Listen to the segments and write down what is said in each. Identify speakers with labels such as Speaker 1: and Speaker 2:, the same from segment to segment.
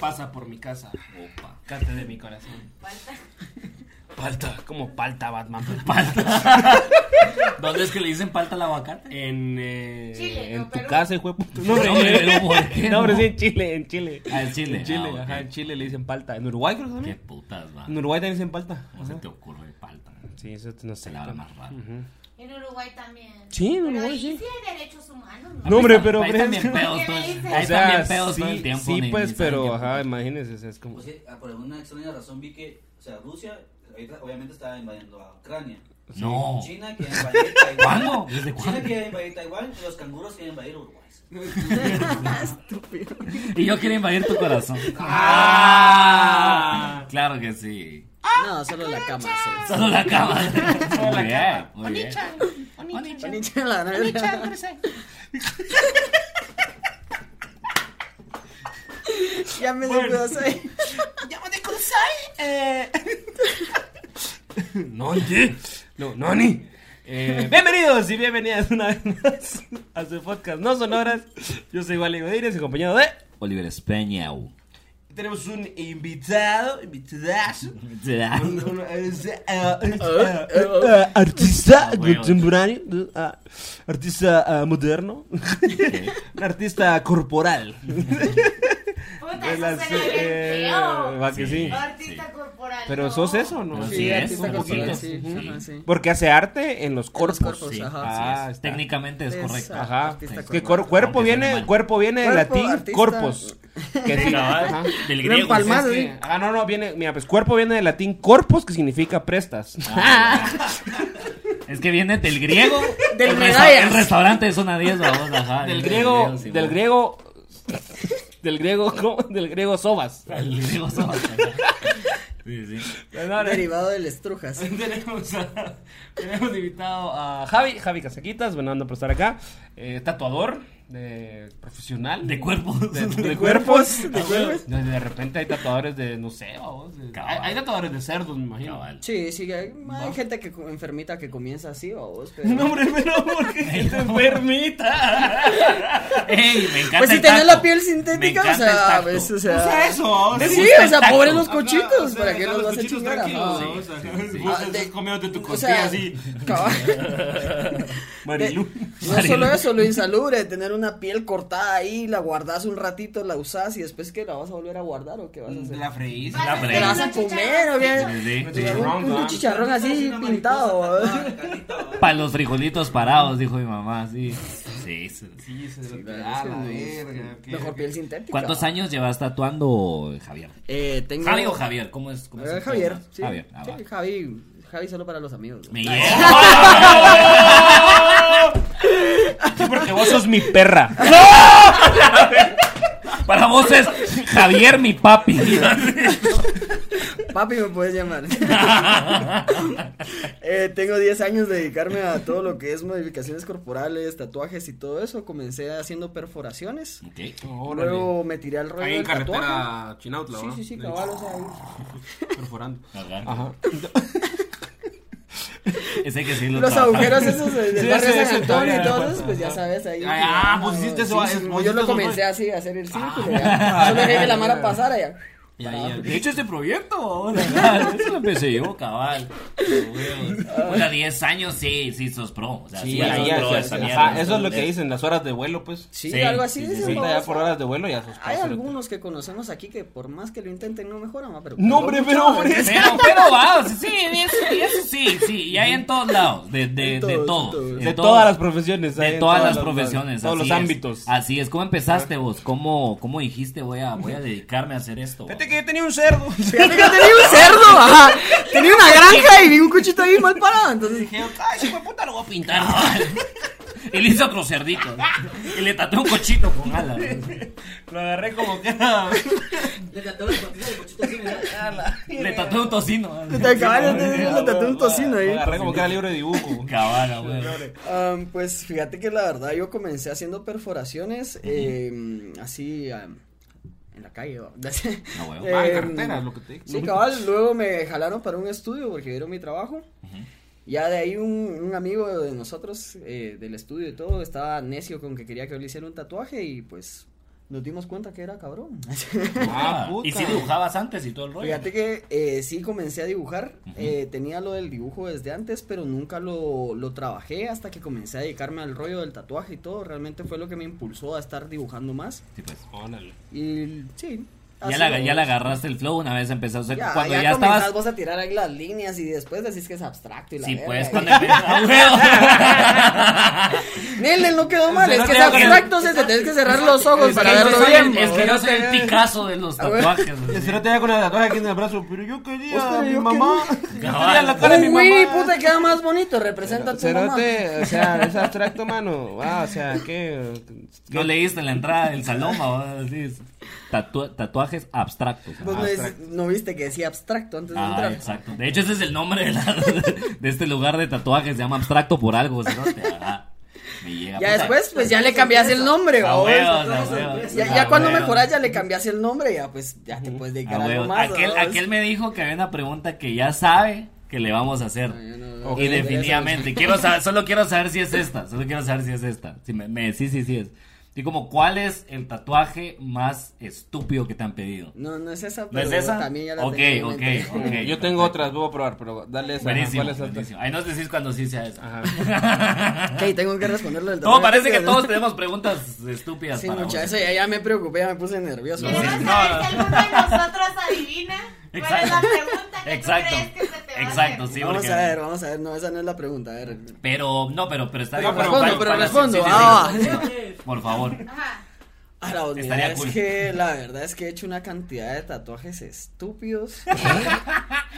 Speaker 1: pasa por mi casa. Opa, cate de mi corazón.
Speaker 2: Falta.
Speaker 1: Palta, como palta Batman, pero palta.
Speaker 3: ¿Dónde es que le dicen palta al aguacate?
Speaker 1: En, eh,
Speaker 2: Chile,
Speaker 1: en
Speaker 2: no,
Speaker 1: tu
Speaker 2: Perú.
Speaker 1: casa, hijo de puta. No,
Speaker 3: No,
Speaker 1: hombre,
Speaker 3: pero ¿por qué
Speaker 1: no, hombre,
Speaker 3: no?
Speaker 1: sí, en Chile, en Chile.
Speaker 3: Ah, en Chile.
Speaker 1: En Chile,
Speaker 3: Ah, ok.
Speaker 1: ajá, en Chile le dicen palta. En Uruguay creo que
Speaker 3: Qué
Speaker 1: también.
Speaker 3: putas, va.
Speaker 1: En Uruguay también dicen palta.
Speaker 3: ¿Cómo se te ocurre palta?
Speaker 1: Sí, eso no sé.
Speaker 3: Se la habla más raro.
Speaker 2: En Uruguay también.
Speaker 1: Sí, en
Speaker 2: Pero
Speaker 1: Uruguay,
Speaker 2: ahí
Speaker 1: sí.
Speaker 2: hay derechos humanos, ¿no?
Speaker 1: No, hombre, pero-
Speaker 3: Ahí
Speaker 1: pero-
Speaker 3: están bien pedos
Speaker 2: ¿Qué
Speaker 3: todo el
Speaker 2: dices?
Speaker 3: ahí
Speaker 2: O
Speaker 3: están bien
Speaker 1: sí,
Speaker 3: pedos todo el tiempo.
Speaker 1: sí,
Speaker 3: ni-
Speaker 1: pues,
Speaker 3: ni saben
Speaker 1: pero,
Speaker 3: qué-
Speaker 1: ajá, imagínense, o sea, es como...
Speaker 4: Pues sí, ah, por alguna extraña razón vi que, o sea, Rusia ahorita obviamente estaba invadiendo a Ucrania.
Speaker 3: No.
Speaker 4: China que invadió Taiwán.
Speaker 3: Oh. ¿Cuándo? ¿Desde
Speaker 4: China
Speaker 3: cuándo?
Speaker 4: que invadir Taiwán y los canguros que invadir Uruguay.
Speaker 5: Estúpido.
Speaker 3: Y yo quiero invadir tu corazón.
Speaker 1: Ah.
Speaker 3: Claro que sí.
Speaker 5: No, solo la cama. sí.
Speaker 3: Solo la cama. Muy bien, muy bien.
Speaker 2: Onichan, Onichan,
Speaker 5: Panicha en la
Speaker 2: Onichan,
Speaker 5: nalga.
Speaker 2: crece.
Speaker 5: Ya me eh. descuidas ahí.
Speaker 1: No, ¿qué? No, no, ni. Eh, bienvenidos y bienvenidas una vez más a su podcast No Sonoras. Yo soy Wally Godínez, acompañado de...
Speaker 3: Oliver Espeña.
Speaker 1: Tenemos un invitado, invitadazo.
Speaker 3: Ah,
Speaker 1: Un- un- eh,
Speaker 5: Ah,
Speaker 1: eh, eh, Artista
Speaker 3: Ah, bueno.
Speaker 1: contemporáneo, eh, ah, artista ah, moderno, un artista corporal.
Speaker 2: Puta,
Speaker 1: De
Speaker 2: eso
Speaker 1: las,
Speaker 2: suena bien
Speaker 1: eh,
Speaker 2: feo.
Speaker 1: va que sí.
Speaker 2: Artista corporal.
Speaker 1: Pero
Speaker 2: no.
Speaker 1: sos eso, ¿no?
Speaker 3: Pero
Speaker 5: Sí,
Speaker 3: Sí, es,
Speaker 5: artista
Speaker 3: un
Speaker 5: corporal,
Speaker 3: poquito,
Speaker 5: sí.
Speaker 3: sí.
Speaker 5: ajá, sí.
Speaker 1: Porque hace arte en los corpos.
Speaker 5: corpos,
Speaker 3: Sí,
Speaker 5: ajá.
Speaker 3: así
Speaker 1: Ah,
Speaker 3: es.
Speaker 1: está.
Speaker 3: Técnicamente es
Speaker 5: Esa.
Speaker 3: correcto.
Speaker 1: Ajá.
Speaker 5: Artista
Speaker 1: Que
Speaker 5: corporal.
Speaker 1: cor- cuerpo
Speaker 3: Aunque sea
Speaker 1: viene,
Speaker 3: animal.
Speaker 1: cuerpo viene del
Speaker 5: Cuerpo,
Speaker 1: latín
Speaker 5: artista.
Speaker 1: corpus. Que sí, ajá. Pues
Speaker 3: Del
Speaker 5: Una
Speaker 3: griego.
Speaker 5: empalmada.
Speaker 3: sí.
Speaker 5: Más,
Speaker 1: Es que-
Speaker 5: ¿eh?
Speaker 1: ah, no, no, viene, mira, pues cuerpo viene del latín corpus, que significa prestas.
Speaker 3: Es que viene del griego.
Speaker 5: Del
Speaker 3: el,
Speaker 5: medallas.
Speaker 3: el restaurante es una 10, vamos, ajá.
Speaker 1: Ah, del
Speaker 3: viene
Speaker 1: griego,
Speaker 3: sí,
Speaker 1: del
Speaker 3: va.
Speaker 1: griego, del griego, ¿cómo? Del griego sobas.
Speaker 3: Del griego son. Sí, sí.
Speaker 1: Pues no, no.
Speaker 5: Derivado del estrujas.
Speaker 1: Tenemos, a- tenemos invitado a Javi, Javi Casaquitas, bueno, anda por estar acá, eh, tatuador, de, profesional.
Speaker 3: De cuerpos.
Speaker 1: De, de cuerpos. Ah,
Speaker 5: De cuerpos.
Speaker 1: De, de repente hay tatuadores de, no sé, vamos, de-
Speaker 3: Cabal.
Speaker 1: hay, hay tatuadores de cerdos, me imagino.
Speaker 3: Cabal.
Speaker 5: Sí, sí, hay, hay gente que co- enfermita que comienza así, o vos, pero...
Speaker 1: No, hombre, pero porque te enfermita.
Speaker 3: Ey, me encanta
Speaker 5: Pues si
Speaker 3: el
Speaker 5: tenés
Speaker 3: tacto.
Speaker 5: la piel
Speaker 3: Me
Speaker 5: sintética, o
Speaker 3: encanta el
Speaker 5: sea,
Speaker 3: tacto.
Speaker 5: pues, o
Speaker 1: O
Speaker 5: sea...
Speaker 1: sea, eso.
Speaker 3: Me
Speaker 5: Sí,
Speaker 3: gusta
Speaker 5: o
Speaker 3: el
Speaker 5: sea,
Speaker 3: tacto.
Speaker 5: pobres los
Speaker 3: Ajá,
Speaker 5: cochitos,
Speaker 1: o sea,
Speaker 5: ¿para qué
Speaker 1: acá
Speaker 5: los vas a
Speaker 1: cuchitos
Speaker 5: chingar?
Speaker 1: tranquilos,
Speaker 5: Ajá.
Speaker 1: ¿no? O sea,
Speaker 3: Sí, sí.
Speaker 1: vos
Speaker 5: Ah,
Speaker 1: estás
Speaker 5: de-
Speaker 1: comiéndote tu
Speaker 5: o
Speaker 1: costilla
Speaker 5: sea,
Speaker 1: así.
Speaker 5: cabal.
Speaker 1: Marilu.
Speaker 5: No
Speaker 3: Marilu.
Speaker 5: solo eso, lo insalubre, tener una piel cortada ahí, la guardás un ratito, la usás y después que la vas a volver a guardar o qué vas a hacer.
Speaker 1: La freís.
Speaker 2: Vas
Speaker 3: La
Speaker 2: a hacer
Speaker 5: ¿Te la vas
Speaker 3: fresa.
Speaker 5: a
Speaker 2: unos
Speaker 5: comer
Speaker 2: chicharrones.
Speaker 5: o qué?
Speaker 3: Sí, sí.
Speaker 1: Chicharrón.
Speaker 5: Un, un chicharrón así
Speaker 4: Una mariposa
Speaker 5: pintado.
Speaker 4: tatuada,
Speaker 5: ¿eh?
Speaker 4: Carlito.
Speaker 3: Para los frijolitos parados, dijo mi mamá, sí. Sí, sí.
Speaker 1: Sí, se lo-
Speaker 5: Es
Speaker 1: ah,
Speaker 5: que
Speaker 1: la
Speaker 5: no,
Speaker 1: verga.
Speaker 5: es
Speaker 1: qué-
Speaker 5: Mejor piel sintética.
Speaker 3: ¿Cuántos años llevas tatuando, Javier?
Speaker 5: Eh, tengo...
Speaker 3: Javi o Javier, ¿cómo es? ¿Cómo es
Speaker 5: Eh,
Speaker 3: el
Speaker 5: Javier,
Speaker 3: nombre?
Speaker 5: sí.
Speaker 3: Javier, ah,
Speaker 5: Sí,
Speaker 3: va.
Speaker 5: Javi, Javi solo para los amigos.
Speaker 3: Me
Speaker 5: ¿no?
Speaker 3: llevo.
Speaker 1: Sí, porque vos sos mi perra.
Speaker 3: Para vos es Javier mi papi.
Speaker 5: Papi me puedes llamar. Eh, tengo 10 años de dedicarme a todo lo que es modificaciones corporales, tatuajes y todo eso. Comencé haciendo perforaciones.
Speaker 3: Ok.
Speaker 5: Luego me tiré al rollo
Speaker 6: Ahí en
Speaker 5: del tatuaje.
Speaker 6: carretera Chinautla,
Speaker 5: Sí,
Speaker 6: ¿no?
Speaker 5: sí, sí,
Speaker 6: Ahí,
Speaker 5: cabal, o sea, ahí.
Speaker 6: Perforando.
Speaker 3: Ajá. Ese que sí lo
Speaker 5: Los
Speaker 3: trabajamos.
Speaker 5: agujeros esos de- del
Speaker 1: Sí,
Speaker 5: barrio
Speaker 1: ese-
Speaker 5: San
Speaker 1: ese
Speaker 5: Antonio
Speaker 1: todavía
Speaker 5: y todo
Speaker 1: no
Speaker 5: eso,
Speaker 1: cuenta.
Speaker 5: pues ya sabes ahí.
Speaker 6: Ah,
Speaker 5: ah,
Speaker 6: pues hiciste eso,
Speaker 5: sí, sí,
Speaker 6: es-
Speaker 5: sí,
Speaker 6: pues
Speaker 5: Yo
Speaker 6: hiciste
Speaker 5: lo
Speaker 6: eso,
Speaker 5: comencé
Speaker 6: ¿no?
Speaker 5: así, a hacer el círculo. ya. Solo dejé que la mara pasara ya.
Speaker 3: Ya, ya. De hecho, este proyecto, ahora, eso lo empecé yo, cabal. O sea, 10 años, sí, sí, sos pro. O sea, sí,
Speaker 1: Sí,
Speaker 3: ya sos
Speaker 1: ahí,
Speaker 3: pro
Speaker 1: sí,
Speaker 3: esa
Speaker 1: sí,
Speaker 3: mierda.
Speaker 1: ajá, eso es lo que dicen, las horas de vuelo, pues.
Speaker 5: Sí,
Speaker 3: Sí,
Speaker 5: algo así.
Speaker 3: sí, sí,
Speaker 5: dicen,
Speaker 3: sí.
Speaker 1: Ahorita
Speaker 5: babos.
Speaker 1: ya por horas de vuelo ya sos
Speaker 5: Hay
Speaker 1: parcerote.
Speaker 5: algunos que conocemos aquí que por más que lo intenten no mejoran, ¿va? pero...
Speaker 1: No, hombre, pero, hombre.
Speaker 3: Pero, pero, va, sí, sí, eso, eso sí, sí, y hay en todos lados, de, de,
Speaker 5: En
Speaker 3: de
Speaker 5: todos,
Speaker 3: todo.
Speaker 5: en todos.
Speaker 3: en
Speaker 1: De
Speaker 3: todos.
Speaker 1: todas las profesiones.
Speaker 3: De
Speaker 1: hay en
Speaker 3: todas las
Speaker 1: los-
Speaker 3: profesiones,
Speaker 1: Todos
Speaker 3: así
Speaker 1: los
Speaker 3: es.
Speaker 1: ámbitos.
Speaker 3: Así es, ¿cómo empezaste vos? ¿Cómo, cómo dijiste voy a, voy a dedicarme a hacer esto?
Speaker 1: Fíjate que yo tenía un cerdo.
Speaker 5: Fíjate que yo tenía un cerdo, ajá. Tenía una granja y vi un cuchito ahí mal parado, entonces dije...
Speaker 3: Ay, hijo de puta, lo voy a pintar. Y le hice otro cerdito. Y le tatué un cochito con alas.
Speaker 1: Lo agarré como que era.
Speaker 4: Le cantaba el partido de Cochito así, ¿verdad?
Speaker 3: Le tatué un tocino.
Speaker 5: Te acabas de le tatué un tocino
Speaker 1: Lo
Speaker 5: ahí.
Speaker 1: agarré como que era libro de dibujo.
Speaker 3: Cabana, güey.
Speaker 5: Am, pues fíjate que la verdad yo comencé haciendo perforaciones eh, así am, en la calle. ¿va?
Speaker 3: No, huevo.
Speaker 6: Ah, en
Speaker 5: Em,
Speaker 6: carretera, lo que te dije.
Speaker 5: Sí, cabal, luego me jalaron para un estudio porque vieron mi trabajo. Ya de ahí un, un amigo de nosotros, eh, del estudio y todo, estaba necio con que quería que yo le hiciera un tatuaje y pues nos dimos cuenta que era cabrón.
Speaker 1: Ah,
Speaker 3: Y
Speaker 1: puta.
Speaker 3: si dibujabas antes y todo el rollo.
Speaker 5: Fíjate que eh, sí comencé a dibujar, eh, tenía lo del dibujo desde antes, pero nunca lo, lo trabajé hasta que comencé a dedicarme al rollo del tatuaje y todo. Realmente fue lo que me impulsó a estar dibujando más.
Speaker 3: Sí, pues.
Speaker 1: Órale.
Speaker 5: Y sí. ha
Speaker 3: Ya,
Speaker 5: sido-
Speaker 3: la, ya le agarraste el flow una vez empezaste.
Speaker 5: Ya,
Speaker 3: cuando ya,
Speaker 5: ya, comenzás
Speaker 3: estabas.
Speaker 5: vos a tirar ahí las líneas y después decís que es abstracto y la
Speaker 3: Sí,
Speaker 5: verga,
Speaker 3: pues
Speaker 5: y-
Speaker 3: cuando empiezas- ¡Ah, huevo!
Speaker 5: Nel, no quedó mal,
Speaker 1: Se
Speaker 5: es
Speaker 1: no
Speaker 5: que es
Speaker 1: quedó con el-
Speaker 5: abstracto, se te tenés que cerrar los ojos
Speaker 3: Es
Speaker 5: para
Speaker 3: que yo
Speaker 5: verlo
Speaker 3: soy
Speaker 5: bien.
Speaker 3: el- Es que
Speaker 5: vos.
Speaker 3: yo soy el Picasso de los
Speaker 5: A ver.
Speaker 3: tatuajes.
Speaker 1: El
Speaker 3: así.
Speaker 1: cerote ya con el tatuaje aquí en el brazo, pero yo quería
Speaker 5: Oscar,
Speaker 1: a mi
Speaker 5: yo
Speaker 1: mamá. Yo
Speaker 3: quería.
Speaker 1: quería la cara de mi
Speaker 5: Un Winnie,
Speaker 1: mamá.
Speaker 5: puta, queda más bonito, representa a tu mamá.
Speaker 1: Cerote, o sea, es abstracto, mano. Ah, o sea, ¿qué?
Speaker 3: No leíste en la entrada del salón, mamá, así es. Tatua- tatuajes abstractos.
Speaker 5: Vos no, dices- no viste que decía abstracto antes de
Speaker 3: Ah,
Speaker 5: entrar.
Speaker 3: exacto. De hecho, ese es el nombre de, la- de este lugar de tatuajes. Se llama abstracto por algo. cerote. Ajá. Me llega,
Speaker 5: Ya
Speaker 3: puta.
Speaker 5: después, oh, pues ya le cambias el nombre,
Speaker 3: A
Speaker 5: vos.
Speaker 3: huevos, a
Speaker 5: Entonces,
Speaker 3: huevos,
Speaker 5: Ya,
Speaker 3: a
Speaker 5: ya cuando
Speaker 3: huevos.
Speaker 5: mejoras ya le cambias el nombre, ya pues ya te puedes
Speaker 3: Ah,
Speaker 5: dedicar a algo
Speaker 3: huevo.
Speaker 5: más.
Speaker 3: aquel,
Speaker 5: vos.
Speaker 3: aquel me dijo que había una pregunta que ya sabe que le vamos a hacer.
Speaker 5: yo no-
Speaker 1: Ok,
Speaker 3: y definitivamente, quiero saber, solo quiero saber si es esta. Solo quiero saber si es esta. Si me, me decís si sí es. Y como, ¿cuál es el tatuaje más estúpido que te han pedido?
Speaker 5: No, no es esa,
Speaker 3: ¿No
Speaker 5: pero
Speaker 3: es esa?
Speaker 5: también ya la
Speaker 3: ok,
Speaker 5: tengo en
Speaker 3: ok,
Speaker 5: mente.
Speaker 3: ok.
Speaker 1: Yo tengo otras, voy a probar, pero dale esa.
Speaker 3: Buenísimo,
Speaker 1: ¿Cuál es la otra?
Speaker 3: buenísimo. Ahí nos decís cuando sí sea esa.
Speaker 1: Ajá.
Speaker 5: Ok, tengo que responderlo del
Speaker 3: Todo
Speaker 5: tatuaje.
Speaker 3: Ah. parece que todos tenemos preguntas estúpidas
Speaker 5: Sí,
Speaker 3: para
Speaker 5: mucha,
Speaker 3: vos.
Speaker 5: eso ya, ya me preocupé, ya me puse nervioso.
Speaker 2: Queremos
Speaker 3: Sí.
Speaker 2: saber si alguno de nosotros adivina cuál es la
Speaker 3: Exacto.
Speaker 2: pregunta que tú
Speaker 3: Exacto.
Speaker 2: crees que se te va
Speaker 3: Exacto,
Speaker 2: a hacer.
Speaker 3: sí,
Speaker 5: vamos
Speaker 3: porque-
Speaker 5: a ver, vamos a ver, no, esa no es la pregunta, a ver.
Speaker 3: Pero, no, pero, pero está
Speaker 1: Pero
Speaker 3: bien.
Speaker 1: respondo,
Speaker 3: para-
Speaker 5: pero
Speaker 3: para-
Speaker 5: respondo.
Speaker 3: sí, sí, sí.
Speaker 5: Ah.
Speaker 3: Por favor.
Speaker 2: Ajá.
Speaker 5: A la vos, mira,
Speaker 3: Estaría
Speaker 5: es
Speaker 3: cool.
Speaker 5: que la verdad es que he hecho una cantidad de tatuajes estúpidos.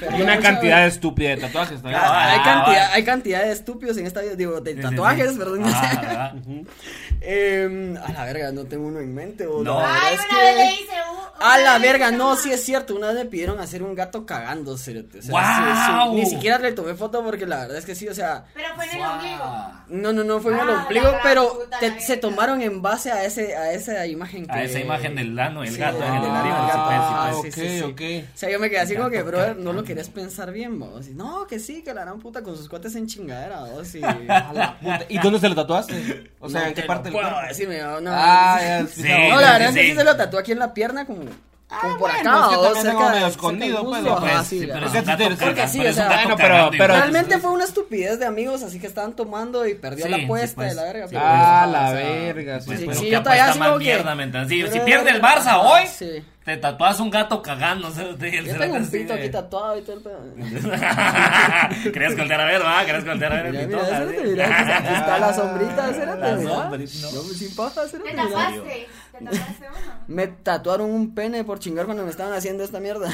Speaker 5: Pero
Speaker 1: Y una
Speaker 5: vamos a
Speaker 1: cantidad
Speaker 5: ver.
Speaker 1: estúpida de tatuajes también.
Speaker 3: Ah,
Speaker 5: hay
Speaker 3: ah,
Speaker 5: cantidad,
Speaker 3: vale.
Speaker 5: hay cantidad de estúpidos en esta vida, digo, de
Speaker 3: Sí, sí, sí.
Speaker 5: tatuajes, perdón.
Speaker 3: Ah, la verdad.
Speaker 5: Em, a la verga, no tengo uno en mente. vos,
Speaker 3: No.
Speaker 5: la verdad
Speaker 2: Ay,
Speaker 5: es
Speaker 2: una vez le
Speaker 5: que...
Speaker 2: hice un- una
Speaker 5: A la
Speaker 2: vez le
Speaker 5: verga,
Speaker 2: hice
Speaker 5: no,
Speaker 2: una-
Speaker 5: sí es cierto. Una vez me pidieron hacer un gato cagando, cerote, o sea,
Speaker 3: ¡Guau!
Speaker 5: sí, sí, Ni siquiera le tomé foto porque la verdad es que sí, o sea.
Speaker 2: Pero fue en el
Speaker 3: Guau.
Speaker 2: ombligo.
Speaker 5: No, no, no fue en el
Speaker 2: Ah, la
Speaker 5: ombligo,
Speaker 2: gran
Speaker 5: pero
Speaker 2: puta,
Speaker 5: te-
Speaker 2: la
Speaker 5: se
Speaker 2: verga.
Speaker 5: tomaron en base a ese a esa imagen que
Speaker 3: A Ah, esa imagen del lano, el
Speaker 5: Sí,
Speaker 3: gato.
Speaker 5: del
Speaker 3: en el
Speaker 5: lano,
Speaker 3: ombligo,
Speaker 5: del
Speaker 3: sí,
Speaker 5: gato, ah,
Speaker 3: pues, sí,
Speaker 5: ajá,
Speaker 3: pues.
Speaker 5: sí,
Speaker 1: ok,
Speaker 5: sí, sí.
Speaker 1: ok.
Speaker 5: O sea, yo me quedé así como que,
Speaker 3: Gato
Speaker 5: brother,
Speaker 3: cagando.
Speaker 5: no lo querías pensar bien, vos. Y, no, que sí, que la harán puta con sus cuates en chingadera, vos. Y...
Speaker 1: A la puta. ¿Y dónde se lo tatuaste? O sea, ¿en qué parte del
Speaker 5: Puedo
Speaker 1: cuerpo?
Speaker 5: decirme, no, no.
Speaker 1: Ah, ya, sí,
Speaker 3: Sí.
Speaker 5: no,
Speaker 1: bueno.
Speaker 5: la verdad
Speaker 3: sí,
Speaker 5: es que
Speaker 3: sí.
Speaker 5: sí se lo tatuó aquí en la pierna, como, como por
Speaker 1: bueno,
Speaker 5: acá,
Speaker 1: es que
Speaker 5: vos,
Speaker 1: también
Speaker 5: cerca-
Speaker 1: como medio
Speaker 5: cerca del
Speaker 1: escondido, pues,
Speaker 5: muslo,
Speaker 1: ¿no?
Speaker 5: ajá,
Speaker 1: Pues,
Speaker 5: sí, ah.
Speaker 3: Sí, pero
Speaker 5: la-
Speaker 3: es
Speaker 1: Porque
Speaker 3: un gato
Speaker 1: sí,
Speaker 3: cagando,
Speaker 5: sí,
Speaker 3: pero
Speaker 5: o
Speaker 3: es un
Speaker 5: sea,
Speaker 3: gato
Speaker 1: bueno, pero-
Speaker 3: cagando,
Speaker 1: pero-
Speaker 3: igual.
Speaker 5: Realmente fue una estupidez de amigos, así que estaban tomando y perdió
Speaker 3: Sí,
Speaker 5: la
Speaker 3: sí,
Speaker 5: apuesta
Speaker 3: pues,
Speaker 5: de la
Speaker 3: sí,
Speaker 5: verga. pero,
Speaker 3: pues.
Speaker 5: o
Speaker 1: Ah,
Speaker 5: sea,
Speaker 1: la
Speaker 5: o sea,
Speaker 1: verga. sí,
Speaker 3: Pues,
Speaker 5: Sí,
Speaker 1: pero-
Speaker 3: pero
Speaker 5: sí,
Speaker 3: qué
Speaker 5: yo todavía
Speaker 3: apuesta
Speaker 5: sí
Speaker 3: más
Speaker 5: como que-
Speaker 3: mierda, ¿me entiendes? Sí, Si
Speaker 5: Pero-
Speaker 3: pierde el Barça hoy,
Speaker 5: Sí.
Speaker 3: te tatuas un gato cagando. o sea, te- el
Speaker 5: Yo
Speaker 3: cerote
Speaker 5: tengo un
Speaker 3: así
Speaker 5: pito
Speaker 3: de-
Speaker 5: aquí tatuado y todo el pedo.
Speaker 3: Querías voltear a ver, ¿verdad? Querías voltear a ver.
Speaker 5: Mira,
Speaker 3: el
Speaker 5: mira,
Speaker 3: pitote,
Speaker 5: cérate,
Speaker 3: así.
Speaker 5: mira, pues aquí está la sombrita,
Speaker 3: La
Speaker 5: cérate, mira.
Speaker 3: sombra, no.
Speaker 5: No, sin paja, cérate,
Speaker 2: Te
Speaker 5: mira.
Speaker 2: tapaste. Te tapaste uno.
Speaker 5: Me tatuaron un pene por chingar cuando me estaban haciendo esta mierda.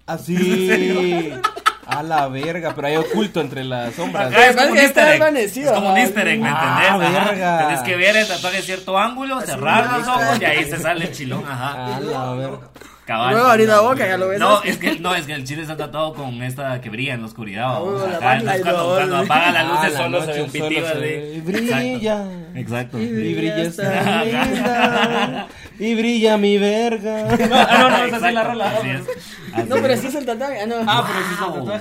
Speaker 1: Así. A la verga, pero hay oculto entre las sombras.
Speaker 3: Ajá, Ah, es
Speaker 5: Además
Speaker 3: como un
Speaker 5: que está
Speaker 3: easter egg.
Speaker 5: desvanecido,
Speaker 3: Es como un
Speaker 5: ajá.
Speaker 3: easter egg, ¿me
Speaker 1: Ah,
Speaker 3: entendés? Ajá.
Speaker 1: verga.
Speaker 3: Tenés que ver el tatuaje en cierto ángulo, cerrar
Speaker 5: una
Speaker 3: los
Speaker 5: lista.
Speaker 3: ojos y ahí se sale el chilón, ajá.
Speaker 1: A la verga.
Speaker 3: Cabal.
Speaker 5: Ah.
Speaker 3: pues,
Speaker 5: Luego abrí la boca, ya lo ves
Speaker 3: No,
Speaker 5: así.
Speaker 3: es que, no, es que el chile está tatuado con esta que brilla en la oscuridad.
Speaker 5: Ah,
Speaker 3: vamos,
Speaker 5: huevo, la
Speaker 3: ajá.
Speaker 5: banda
Speaker 3: Entonces,
Speaker 5: y
Speaker 3: cuando,
Speaker 5: lo-
Speaker 3: cuando apaga la luz,
Speaker 1: Ah,
Speaker 3: el solo se ve un
Speaker 1: noche, el
Speaker 3: pitido
Speaker 1: sol se
Speaker 3: así.
Speaker 1: ve. Y
Speaker 3: Exacto.
Speaker 1: brilla.
Speaker 3: Exacto.
Speaker 1: Y brilla esta
Speaker 5: esta
Speaker 1: linda. Y brilla mi verga. No,
Speaker 3: Ah,
Speaker 1: no, no, esa sí
Speaker 3: exacto,
Speaker 1: la rola.
Speaker 3: así es, así
Speaker 5: No, pero
Speaker 3: es.
Speaker 5: sí es el tatuaje. Ah, no.
Speaker 3: Wow.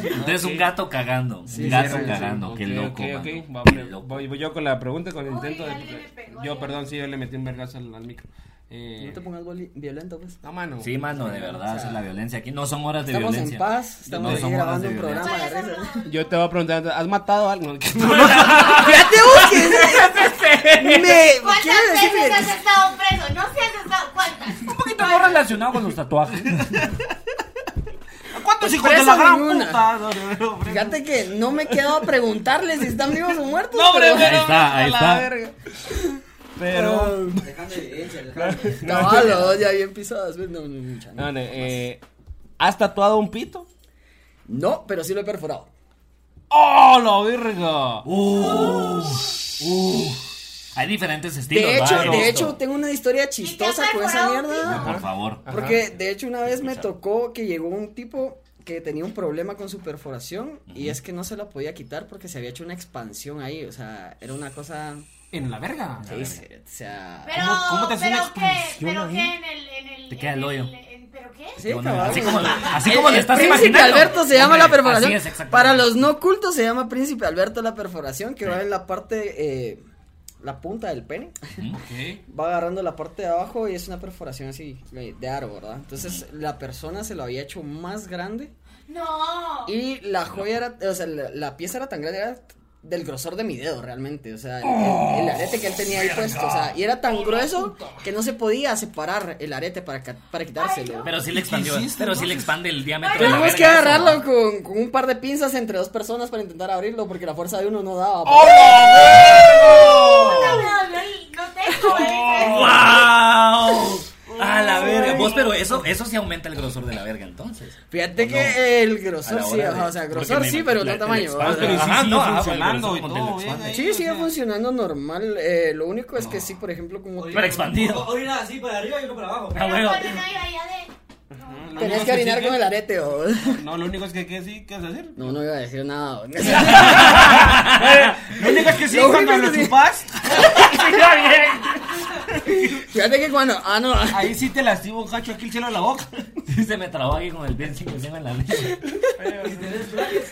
Speaker 3: Entonces un gato cagando.
Speaker 5: Sí,
Speaker 3: un gato
Speaker 5: sí, sí,
Speaker 3: cagando.
Speaker 1: Ok,
Speaker 3: Qué loco.
Speaker 1: ok, ok.
Speaker 3: mano,
Speaker 1: Va,
Speaker 3: qué
Speaker 1: pre-
Speaker 3: loco.
Speaker 1: voy, voy yo con la pregunta, con el
Speaker 2: Uy,
Speaker 1: intento de.
Speaker 2: alguien le pegó,
Speaker 1: Yo,
Speaker 2: alguien.
Speaker 1: perdón, sí, yo le metí un vergazo al, al micro. Eh,
Speaker 5: No te pongas boli- violento, pues.
Speaker 1: no, mano.
Speaker 3: Sí, mano, de verdad, esa es la violencia. Aquí no son horas de
Speaker 5: Estamos
Speaker 3: violencia.
Speaker 5: en paz, estamos
Speaker 3: No
Speaker 5: aquí
Speaker 3: son horas
Speaker 5: grabando
Speaker 3: de
Speaker 5: un
Speaker 3: violencia.
Speaker 5: programa de
Speaker 2: ¿Cuáles son
Speaker 5: risa.
Speaker 2: los-
Speaker 1: Yo te voy a preguntar, ¿has matado a alguien?
Speaker 5: ¡Fíjate vos que- ¡Ah, Me...
Speaker 2: ¿Cuántas
Speaker 5: ¿Quieres decir
Speaker 2: veces
Speaker 5: que-
Speaker 2: has estado preso? No sé has estado. ¿Cuántas?
Speaker 3: Un poquito más relacionado con los tatuajes. Pues,
Speaker 1: ¿Cuántos
Speaker 5: hijos de la gran puta?
Speaker 1: No,
Speaker 5: Fíjate que no me he quedado a preguntarles si están vivos o muertos.
Speaker 1: hombre,
Speaker 5: pero-
Speaker 1: pero-
Speaker 3: está, ahí
Speaker 1: a la
Speaker 3: está.
Speaker 1: verga.
Speaker 5: Oh.
Speaker 1: Pero.
Speaker 4: Dejando evidencia, dejando
Speaker 5: Cabal, los dos ya bien pisadas. No, no, mucha,
Speaker 1: No,
Speaker 5: no.
Speaker 1: no, eh, ¿Has tatuado un pito?
Speaker 5: No, pero sí lo he perforado.
Speaker 1: ¡Oh, la verga!
Speaker 3: Hay diferentes estilos.
Speaker 5: De hecho,
Speaker 3: ¿va?
Speaker 5: de
Speaker 3: Esto.
Speaker 5: hecho, tengo una historia chistosa
Speaker 2: ¿Y te has
Speaker 5: con esa
Speaker 2: perforado un
Speaker 5: mierda.
Speaker 3: Por favor.
Speaker 5: Porque de hecho una vez me tocó que llegó un tipo que tenía un problema con su perforación y es que no se la podía quitar porque se había hecho una expansión ahí, o sea, era una
Speaker 3: Ah,
Speaker 5: cosa...
Speaker 1: ¿En la verga?
Speaker 5: Sí, se- o sea...
Speaker 2: Pero,
Speaker 1: ¿Cómo- cómo te hace una
Speaker 2: pero qué,
Speaker 1: expansión
Speaker 2: pero
Speaker 1: ahí?
Speaker 2: qué en el, en el.
Speaker 3: Te queda
Speaker 2: en
Speaker 3: el hoyo.
Speaker 2: en- ¿Pero qué?
Speaker 5: Sí,
Speaker 3: Bueno,
Speaker 5: cabal.
Speaker 3: así como, lo- así como
Speaker 5: El-
Speaker 3: lo
Speaker 5: el
Speaker 3: estás
Speaker 5: Príncipe
Speaker 3: imaginando.
Speaker 5: Alberto se llama
Speaker 3: Hombre,
Speaker 5: la perforación.
Speaker 3: Así es, exactamente.
Speaker 5: Para los no cultos se llama Príncipe Alberto la perforación que va en la parte eh, la punta del pene,
Speaker 1: Ok.
Speaker 5: va agarrando la parte de abajo y es una perforación así eh, de aro, ¿verdad? Entonces la persona se lo había hecho más grande
Speaker 2: No.
Speaker 5: y la joya era, o sea, la, la pieza era tan grande, era del grosor de mi dedo realmente, o sea, el, el- el arete que él tenía ahí puesto, o sea, y era tan grueso que no se podía separar el arete para, ca- para quitárselo.
Speaker 3: Pero sí le expandió.
Speaker 4: hiciste,
Speaker 3: Pero sí le expande el diámetro. de la
Speaker 5: Tuvimos
Speaker 3: verga,
Speaker 5: que
Speaker 3: eso,
Speaker 5: agarrarlo
Speaker 3: ¿no?
Speaker 5: con, con un par de pinzas entre dos personas para intentar abrirlo porque la fuerza de uno no daba.
Speaker 1: Oh.
Speaker 5: pues.
Speaker 2: Puta, me dolió el- No tengo, ¿eh?
Speaker 3: ¡Wow! A la verga. Vos, pero eso, eso sí aumenta el grosor de la verga entonces.
Speaker 5: Fíjate
Speaker 3: ¿O
Speaker 5: que
Speaker 3: no?
Speaker 5: el
Speaker 3: A
Speaker 5: grosor
Speaker 3: la
Speaker 5: sí,
Speaker 3: hora de-
Speaker 5: ajá, o sea,
Speaker 3: porque
Speaker 5: grosor
Speaker 3: me
Speaker 5: sí,
Speaker 3: imagino
Speaker 5: pero
Speaker 3: la-
Speaker 5: no
Speaker 3: el
Speaker 5: tamaño.
Speaker 3: expande-
Speaker 5: o sea,
Speaker 1: Pero sí
Speaker 3: Ajá,
Speaker 1: sigue
Speaker 3: no, ajá, el
Speaker 1: funcionando
Speaker 3: grosor
Speaker 1: y
Speaker 3: contra el
Speaker 1: todo, bien
Speaker 3: expande.
Speaker 1: ahí.
Speaker 5: Sí, sigue
Speaker 1: o sea.
Speaker 5: funcionando normal. eh, lo único es que sí, por ejemplo, como
Speaker 4: Orina-
Speaker 3: Pero expandido.
Speaker 4: o- Orina así para arriba y uno para abajo.
Speaker 3: Ah,
Speaker 2: Pero
Speaker 3: bueno.
Speaker 2: cuando no iba allá de. No.
Speaker 1: No, lo
Speaker 5: tenías
Speaker 1: único
Speaker 5: que orinar
Speaker 1: sí
Speaker 5: con el arete o...
Speaker 1: No, lo único es que, que sí, ¿qué vas a hacer?
Speaker 5: No, no iba a decir nada. o-
Speaker 1: Lo único es que sí,
Speaker 5: Lo
Speaker 1: cuando
Speaker 5: único
Speaker 1: lo
Speaker 5: es que sí.
Speaker 1: chupas,
Speaker 5: Fíjate que cuando... Ah, no.
Speaker 1: ahí sí te lastima un cacho aquí el cielo de la boca.
Speaker 3: Sí, se me trabó aquí con el pie encima encima en la leche.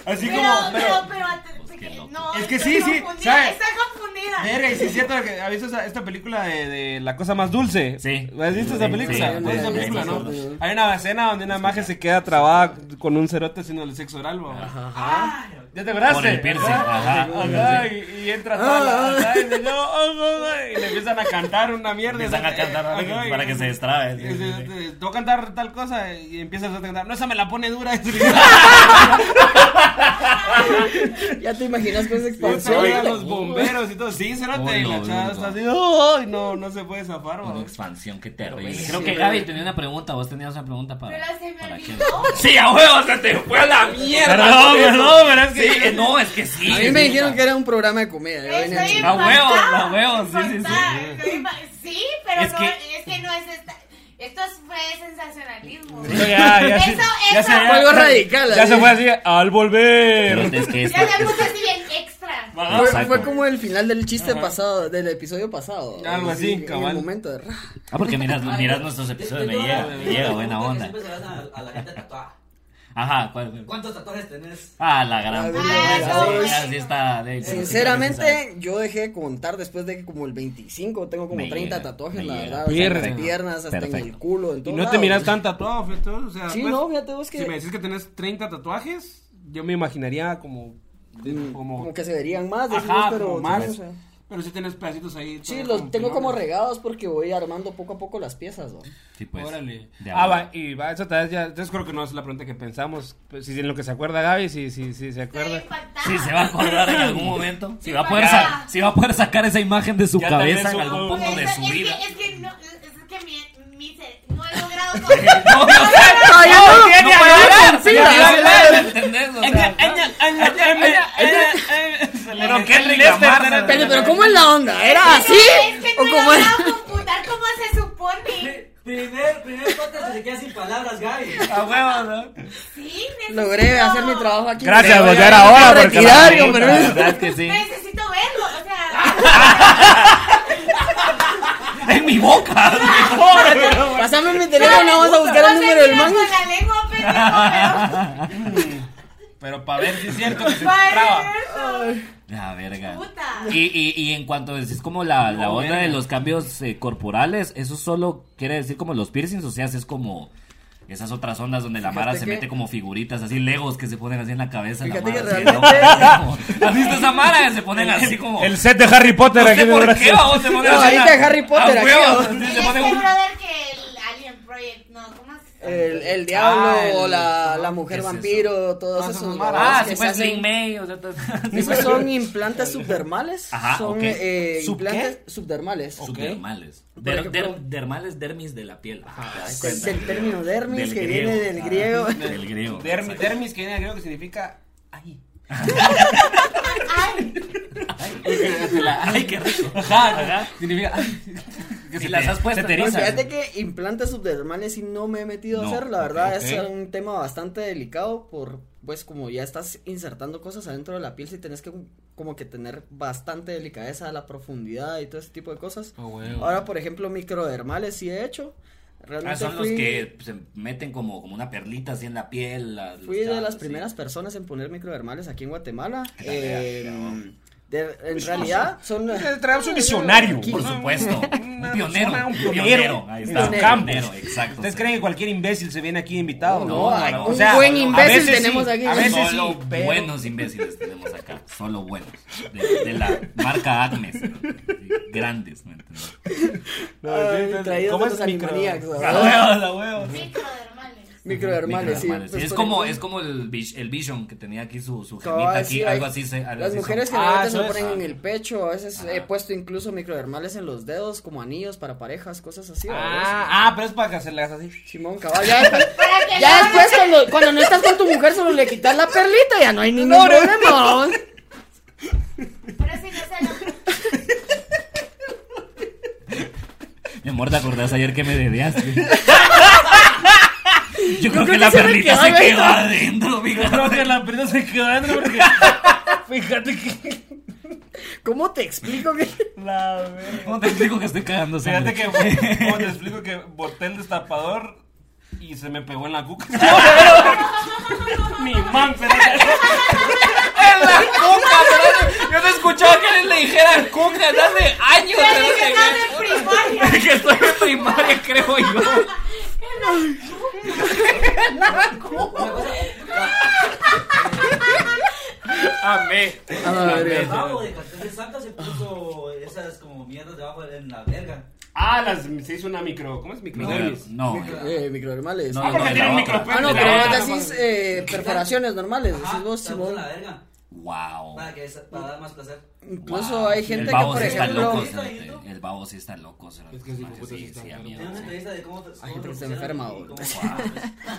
Speaker 1: Así
Speaker 2: Pero,
Speaker 1: como,
Speaker 2: pero,
Speaker 1: pero.
Speaker 2: pero, antes-
Speaker 3: qué loco.
Speaker 2: no,
Speaker 1: Es que
Speaker 2: estoy
Speaker 1: sí, sí,
Speaker 2: confundida,
Speaker 1: ¿sabe?
Speaker 2: Estoy confundida.
Speaker 1: Verga, y si es cierto que ha visto esa- esta película de, de La cosa más dulce.
Speaker 3: Sí.
Speaker 1: ¿Has visto esa película?
Speaker 3: Sí,
Speaker 1: ¿Has visto esa
Speaker 5: sí,
Speaker 1: película,
Speaker 5: sí,
Speaker 1: no?
Speaker 5: sí, sí.
Speaker 1: Hay una escena donde una magia se queda trabada con un cerote haciendo el sexo oral, bro. Ah, ¿Ya te acordaste?
Speaker 3: Por el piercing, ajá, por el Ah.
Speaker 1: Ajá, y, y entra toda la, ajá, y, dice, "No, oh, oh", y le empiezan a cantar una mierda.
Speaker 3: Empiezan a cantar para que-
Speaker 1: Ajá, y-
Speaker 3: para que se destrabe, sí,
Speaker 1: y dice,
Speaker 3: sí,
Speaker 1: "Te- te voy a cantar tal cosa y empiezas a cantar. No, esa me la pone dura.
Speaker 5: Ya te imaginas con esa
Speaker 1: Se
Speaker 5: expansión.
Speaker 1: oigan los bomberos y todo. Sí, cerote. Y
Speaker 3: Oh,
Speaker 1: la
Speaker 3: no,
Speaker 1: chava
Speaker 3: no.
Speaker 1: está así. ¡Ay, no! No se puede zafar,
Speaker 3: Una
Speaker 1: bro.
Speaker 3: expansión, qué terrible.
Speaker 5: Sí,
Speaker 3: Creo que
Speaker 5: pero-
Speaker 3: Gaby tenía una pregunta. Vos tenías una pregunta para.
Speaker 2: Pero se me
Speaker 3: para
Speaker 2: olvidó.
Speaker 3: quién. Sí, a huevo, se te fue a la mierda.
Speaker 1: Perdón, perdón, pero es que-
Speaker 3: Sí, eh, no, es que sí.
Speaker 5: A mí me dijeron que era un programa de comedia. yo venía
Speaker 2: Estoy
Speaker 5: aquí.
Speaker 3: A huevos,
Speaker 2: impactada,
Speaker 3: a huevos, sí, sí, sí.
Speaker 2: impactada, estoy impa- Sí, pero
Speaker 3: Es
Speaker 2: no,
Speaker 3: que-
Speaker 2: es que no es esta. Esto fue sensacionalismo.
Speaker 1: No, ya, ya
Speaker 2: eso,
Speaker 1: se-
Speaker 2: eso.
Speaker 1: ya se-
Speaker 5: Fue algo radical.
Speaker 1: Ya
Speaker 5: así.
Speaker 1: se fue así. Al volver.
Speaker 3: Pero es que esto-
Speaker 2: Ya se
Speaker 3: es-
Speaker 2: puso así bien extra.
Speaker 5: Ah, Fue-
Speaker 3: Exacto.
Speaker 5: Fue como el final del chiste pasado, del episodio pasado.
Speaker 1: Algo así,
Speaker 5: en
Speaker 1: cabal.
Speaker 5: el momento de...
Speaker 3: Ah, porque miras, miras nuestros episodios, me llega, me llega, buena onda.
Speaker 4: Siempre se vas a, a la gente tatuada.
Speaker 3: Ajá, ¿cuál?
Speaker 4: ¿Cuántos tatuajes tenés?
Speaker 3: Ah, la gran
Speaker 5: Ah,
Speaker 3: puta.
Speaker 5: no,
Speaker 3: esa sí,
Speaker 5: no,
Speaker 3: esa
Speaker 2: no.
Speaker 3: sí está de-
Speaker 5: Sinceramente, yo dejé de contar después de que como el 25 tengo como
Speaker 3: Me llega,
Speaker 5: 30
Speaker 3: me
Speaker 5: tatuajes, la
Speaker 3: llega.
Speaker 5: verdad. o sea, en las
Speaker 1: Perfecto.
Speaker 5: piernas, hasta en el
Speaker 3: Perfecto.
Speaker 5: culo, en
Speaker 1: Y
Speaker 5: todos
Speaker 1: no te
Speaker 5: lados.
Speaker 1: miras tan tatuado, fíjate. O sea,
Speaker 5: Sí,
Speaker 1: pues,
Speaker 5: no, fíjate vos que...
Speaker 1: Si me decís que tenés 30 tatuajes, yo me imaginaría como.
Speaker 5: mm,
Speaker 1: como,
Speaker 5: como... que se verían más, decimos,
Speaker 1: Ajá,
Speaker 5: pero...
Speaker 1: como más.
Speaker 5: sí, o sea,
Speaker 1: Pero si tenés pedacitos ahí.
Speaker 5: Sí,
Speaker 1: todavía
Speaker 5: los tengo como
Speaker 1: pelones.
Speaker 5: regados porque voy armando poco a poco las piezas, ¿no?
Speaker 3: Sí, pues.
Speaker 1: Órale.
Speaker 3: de
Speaker 1: Ah,
Speaker 3: acuerdo.
Speaker 1: va, y va, eso tal vez ya. Entonces creo que no es la pregunta que pensamos. Pues, Si en lo que se acuerda Gaby, si, si, si se
Speaker 2: Estoy
Speaker 1: acuerda.
Speaker 2: impactada.
Speaker 3: Si se va a acordar en algún momento, si va a poder,
Speaker 2: Ya.
Speaker 3: sa- si va a poder sacar esa imagen de su
Speaker 1: Ya
Speaker 3: cabeza
Speaker 1: también
Speaker 3: en
Speaker 1: supo.
Speaker 3: algún
Speaker 2: Porque
Speaker 3: punto de
Speaker 2: esto-
Speaker 3: su
Speaker 2: Pues es que-
Speaker 3: vida.
Speaker 2: Es que no, es es que mi, mi cere- no he logrado con-
Speaker 3: No, no sé,
Speaker 2: ¡Ah,
Speaker 5: ¡No, ya no!
Speaker 3: no puede hablar,
Speaker 5: sí,
Speaker 3: sí,
Speaker 5: ya
Speaker 3: no puede
Speaker 5: hablar.
Speaker 3: hablar, ¿entendés? O sea, Eh,
Speaker 4: Eh,
Speaker 1: Pero
Speaker 3: qué
Speaker 4: este
Speaker 3: reclamar,
Speaker 5: Pero, pero ¿cómo es la onda?
Speaker 3: Ah,
Speaker 5: ¿Era así?
Speaker 2: Es que no
Speaker 5: ¿O
Speaker 2: he
Speaker 5: cómo era?
Speaker 2: logrado computar como se supone.
Speaker 4: Pri- Primer, primer podcast que se queda sin palabras, Gaby.
Speaker 3: a Ah, huevo, ¿no?
Speaker 2: Sí, necesito.
Speaker 5: Logré hacer mi trabajo aquí.
Speaker 1: Gracias,
Speaker 5: Me voy
Speaker 1: volver
Speaker 5: a- me voy a
Speaker 1: ahora, porque
Speaker 5: retirar,
Speaker 1: la
Speaker 5: con
Speaker 1: puta,
Speaker 5: permiso.
Speaker 3: La verdad es que sí. Ah,
Speaker 2: Necesito verlo, o sea.
Speaker 3: En mi boca.
Speaker 5: Pásame mi teléfono, vamos a buscar el
Speaker 2: no
Speaker 5: número del
Speaker 2: se
Speaker 5: man.
Speaker 2: mira con la lengua, pendejo,
Speaker 1: Pero para ver si es cierto que se
Speaker 2: pero.
Speaker 1: traba.
Speaker 2: Para eso.
Speaker 3: La Ah, verga.
Speaker 2: Puta.
Speaker 3: Y, y, y en cuanto decís como la, la onda de los cambios eh, corporales, eso solo quiere decir como los piercings, o sea, es como esas otras ondas donde la
Speaker 5: Fíjate
Speaker 3: Mara se
Speaker 5: que-
Speaker 3: mete como figuritas, así legos que se ponen así en la cabeza. La
Speaker 5: Fíjate
Speaker 3: Mara,
Speaker 5: que
Speaker 3: así,
Speaker 5: realmente-
Speaker 3: ¿no? Como- ¿Has visto esa Mara? Se ponen así como...
Speaker 1: El set de Harry Potter
Speaker 3: no
Speaker 1: aquí
Speaker 3: sé
Speaker 1: en el
Speaker 3: por
Speaker 1: brazo.
Speaker 3: qué, vamos, se ponen
Speaker 5: No,
Speaker 3: así
Speaker 5: ahorita
Speaker 3: la-
Speaker 5: Harry Potter
Speaker 3: a
Speaker 5: aquí,
Speaker 3: huevo,
Speaker 5: vamos.
Speaker 3: así
Speaker 2: Y
Speaker 3: se
Speaker 2: este
Speaker 3: ponen un- Eh.
Speaker 2: brother que el Alien Project, no, ¿cómo se
Speaker 5: El, el diablo,
Speaker 1: Ah, el-
Speaker 5: la, la
Speaker 3: ¿qué
Speaker 5: mujer
Speaker 3: es eso?
Speaker 5: vampiro, todos
Speaker 1: Ah, esas
Speaker 5: esos.
Speaker 1: mamadas.
Speaker 5: babos
Speaker 3: Ah,
Speaker 5: que
Speaker 3: sí,
Speaker 5: se
Speaker 3: pues
Speaker 5: hacen-
Speaker 3: Link May, o sea, todo-
Speaker 5: Esos son implantes subdermales.
Speaker 3: Ajá,
Speaker 5: son
Speaker 3: ok.
Speaker 5: eh,
Speaker 1: ¿Sub qué?
Speaker 5: implantes subdermales.
Speaker 3: Subdermales.
Speaker 5: Por
Speaker 3: Der-
Speaker 5: ejemplo-
Speaker 3: der- dermales, dermis de la piel. ¿Te das
Speaker 5: Este, Del,
Speaker 3: cuenta?
Speaker 5: del término dermis
Speaker 3: Del
Speaker 5: que
Speaker 3: griego.
Speaker 5: viene del
Speaker 3: Ah,
Speaker 5: griego.
Speaker 3: del griego.
Speaker 1: Dermis, dermis que viene creo que significa. Ay.
Speaker 2: Ay,
Speaker 3: Ay, qué rico.
Speaker 1: Ajá. Significa. ay.
Speaker 3: Que
Speaker 1: se
Speaker 3: si las
Speaker 1: te-
Speaker 3: has puesto.
Speaker 1: se te
Speaker 5: No,
Speaker 1: eriza.
Speaker 5: fíjate que implantes subdermales y no me he metido
Speaker 3: No,
Speaker 5: a hacer, la verdad
Speaker 1: ok.
Speaker 5: es un tema bastante delicado por pues como ya estás insertando cosas adentro de la piel si tenés que como que tener bastante delicadeza, la profundidad y todo ese tipo de cosas.
Speaker 3: Oh,
Speaker 1: Ah, huevo.
Speaker 5: Ahora, por ejemplo, microdermales sí he hecho. Realmente
Speaker 3: Ah, son los
Speaker 5: fui-
Speaker 3: que se meten como, como una perlita así en la piel. las-
Speaker 5: Fui
Speaker 3: los
Speaker 5: de las
Speaker 3: chavos,
Speaker 5: primeras
Speaker 3: sí.
Speaker 5: personas en poner microdermales aquí en Guatemala.
Speaker 3: tal,
Speaker 5: Eh,
Speaker 3: vea, vea, vamos.
Speaker 5: De- en
Speaker 3: Pues,
Speaker 5: realidad son.
Speaker 1: Traemos un visionario.
Speaker 5: Aquí.
Speaker 3: Por supuesto.
Speaker 1: Una
Speaker 3: Un pionero. Este,
Speaker 1: persona, un
Speaker 3: Un
Speaker 1: pionero.
Speaker 3: pionero. Ahí está.
Speaker 5: Un
Speaker 1: campo.
Speaker 3: Pionero, exacto.
Speaker 1: ¿Ustedes creen que cualquier imbécil se viene aquí invitado?
Speaker 5: No,
Speaker 3: Oh, no,
Speaker 5: hay
Speaker 3: no,
Speaker 5: un
Speaker 3: o sea,
Speaker 5: buen
Speaker 3: a
Speaker 5: imbécil
Speaker 1: veces sí,
Speaker 5: tenemos aquí.
Speaker 1: a veces sí,
Speaker 3: Solo
Speaker 1: pero-
Speaker 3: buenos imbéciles tenemos acá. Solo buenos. De, de la marca Agnes. ¿no? Sí, Grandes, ¿me entiendes?
Speaker 1: No,
Speaker 5: Ay,
Speaker 1: sí, sí,
Speaker 5: traídos
Speaker 1: ¿cómo
Speaker 5: de
Speaker 1: es
Speaker 5: los
Speaker 1: micro?
Speaker 5: Animaniacs,
Speaker 3: A
Speaker 5: ¿verdad?
Speaker 3: huevos, a huevos.
Speaker 2: Microdermales.
Speaker 5: Microdermales, sí.
Speaker 3: Microdermales, sí.
Speaker 5: Pues,
Speaker 3: es,
Speaker 5: por
Speaker 3: como,
Speaker 5: ejemplo,
Speaker 3: es como el, vis- el Vision que tenía aquí su, su
Speaker 5: Cabal,
Speaker 3: gemita
Speaker 5: sí,
Speaker 3: aquí,
Speaker 5: hay-
Speaker 3: algo así. se- algo
Speaker 5: Las
Speaker 3: así
Speaker 5: mujeres
Speaker 3: son.
Speaker 1: Ah,
Speaker 5: generalmente se
Speaker 1: eso
Speaker 5: lo
Speaker 1: es.
Speaker 5: ponen en el pecho. A veces
Speaker 3: Ajá.
Speaker 5: he puesto incluso microdermales en los dedos, como anillos para parejas, cosas así.
Speaker 1: Ah,
Speaker 5: ¿verdad?
Speaker 1: ah, pero es para que hacerlas así.
Speaker 5: Simón, cabal. Ya después,
Speaker 2: Para que
Speaker 5: ya
Speaker 2: no-
Speaker 5: después cuando, cuando no estás con tu mujer, solo le quitas la perlita, ya no hay ningún
Speaker 1: No, no.
Speaker 5: problema. vamos.
Speaker 2: Pero si no se lo-
Speaker 3: Mi amor, ¿te acordás ayer que me dedeaste? Yo creo
Speaker 5: creo
Speaker 3: que
Speaker 5: que
Speaker 3: la
Speaker 5: se me
Speaker 3: perlita
Speaker 5: quedó
Speaker 3: se
Speaker 5: adentro.
Speaker 3: quedó adentro,
Speaker 1: Yo creo
Speaker 3: fíjate.
Speaker 1: que la perla se quedó adentro porque. Fíjate que.
Speaker 5: ¿Cómo te explico que.?
Speaker 1: La verga.
Speaker 3: ¿Cómo te explico que estoy cagando
Speaker 1: Fíjate
Speaker 3: sangre?
Speaker 1: que. ¿Cómo te explico que boté el destapador y se me pegó en la cuca? Mi man, pero.
Speaker 6: en la cuca, ¿verdad? Yo no escuchaba que les le dijeran cuca desde hace años.
Speaker 2: Pero
Speaker 6: ¿verdad?
Speaker 2: si estás en primaria.
Speaker 6: que estoy en primaria, creo yo. Amé.
Speaker 4: El pavo de Cartel de Santa se puso esas como mierdas debajo en la verga.
Speaker 1: Ah, las, se hizo una micro. ¿Cómo es micro?
Speaker 3: No,
Speaker 5: Eh, microdermales.
Speaker 3: No,
Speaker 1: Ah, porque
Speaker 3: no, pues,
Speaker 1: tienen
Speaker 3: la
Speaker 1: micro.
Speaker 3: otra.
Speaker 5: Ah, no,
Speaker 1: la
Speaker 5: pero
Speaker 1: otra,
Speaker 5: vos decís
Speaker 1: la-
Speaker 5: eh, perforaciones normales,
Speaker 4: Ajá,
Speaker 5: decís vos,
Speaker 4: se puso en
Speaker 5: Simón.
Speaker 4: la verga.
Speaker 3: wow.
Speaker 4: Para, que, esa- para dar más placer.
Speaker 5: Incluso
Speaker 3: Wow.
Speaker 5: hay gente
Speaker 3: el
Speaker 5: que,
Speaker 3: babo
Speaker 5: por
Speaker 3: sí está
Speaker 5: ejemplo.
Speaker 3: Loco,
Speaker 4: ¿Has visto
Speaker 3: cerote.
Speaker 4: en YouTube?
Speaker 3: el babo sí está loco. cerote.
Speaker 1: Es que sí,
Speaker 3: Maje,
Speaker 1: puta, sí está
Speaker 3: sí, a
Speaker 1: enfermo.
Speaker 3: mí
Speaker 4: Tiene una entrevista de cómo. te- cómo te
Speaker 5: gente que se
Speaker 4: pusieron y
Speaker 5: enferma, güey.
Speaker 4: cómo- Ah,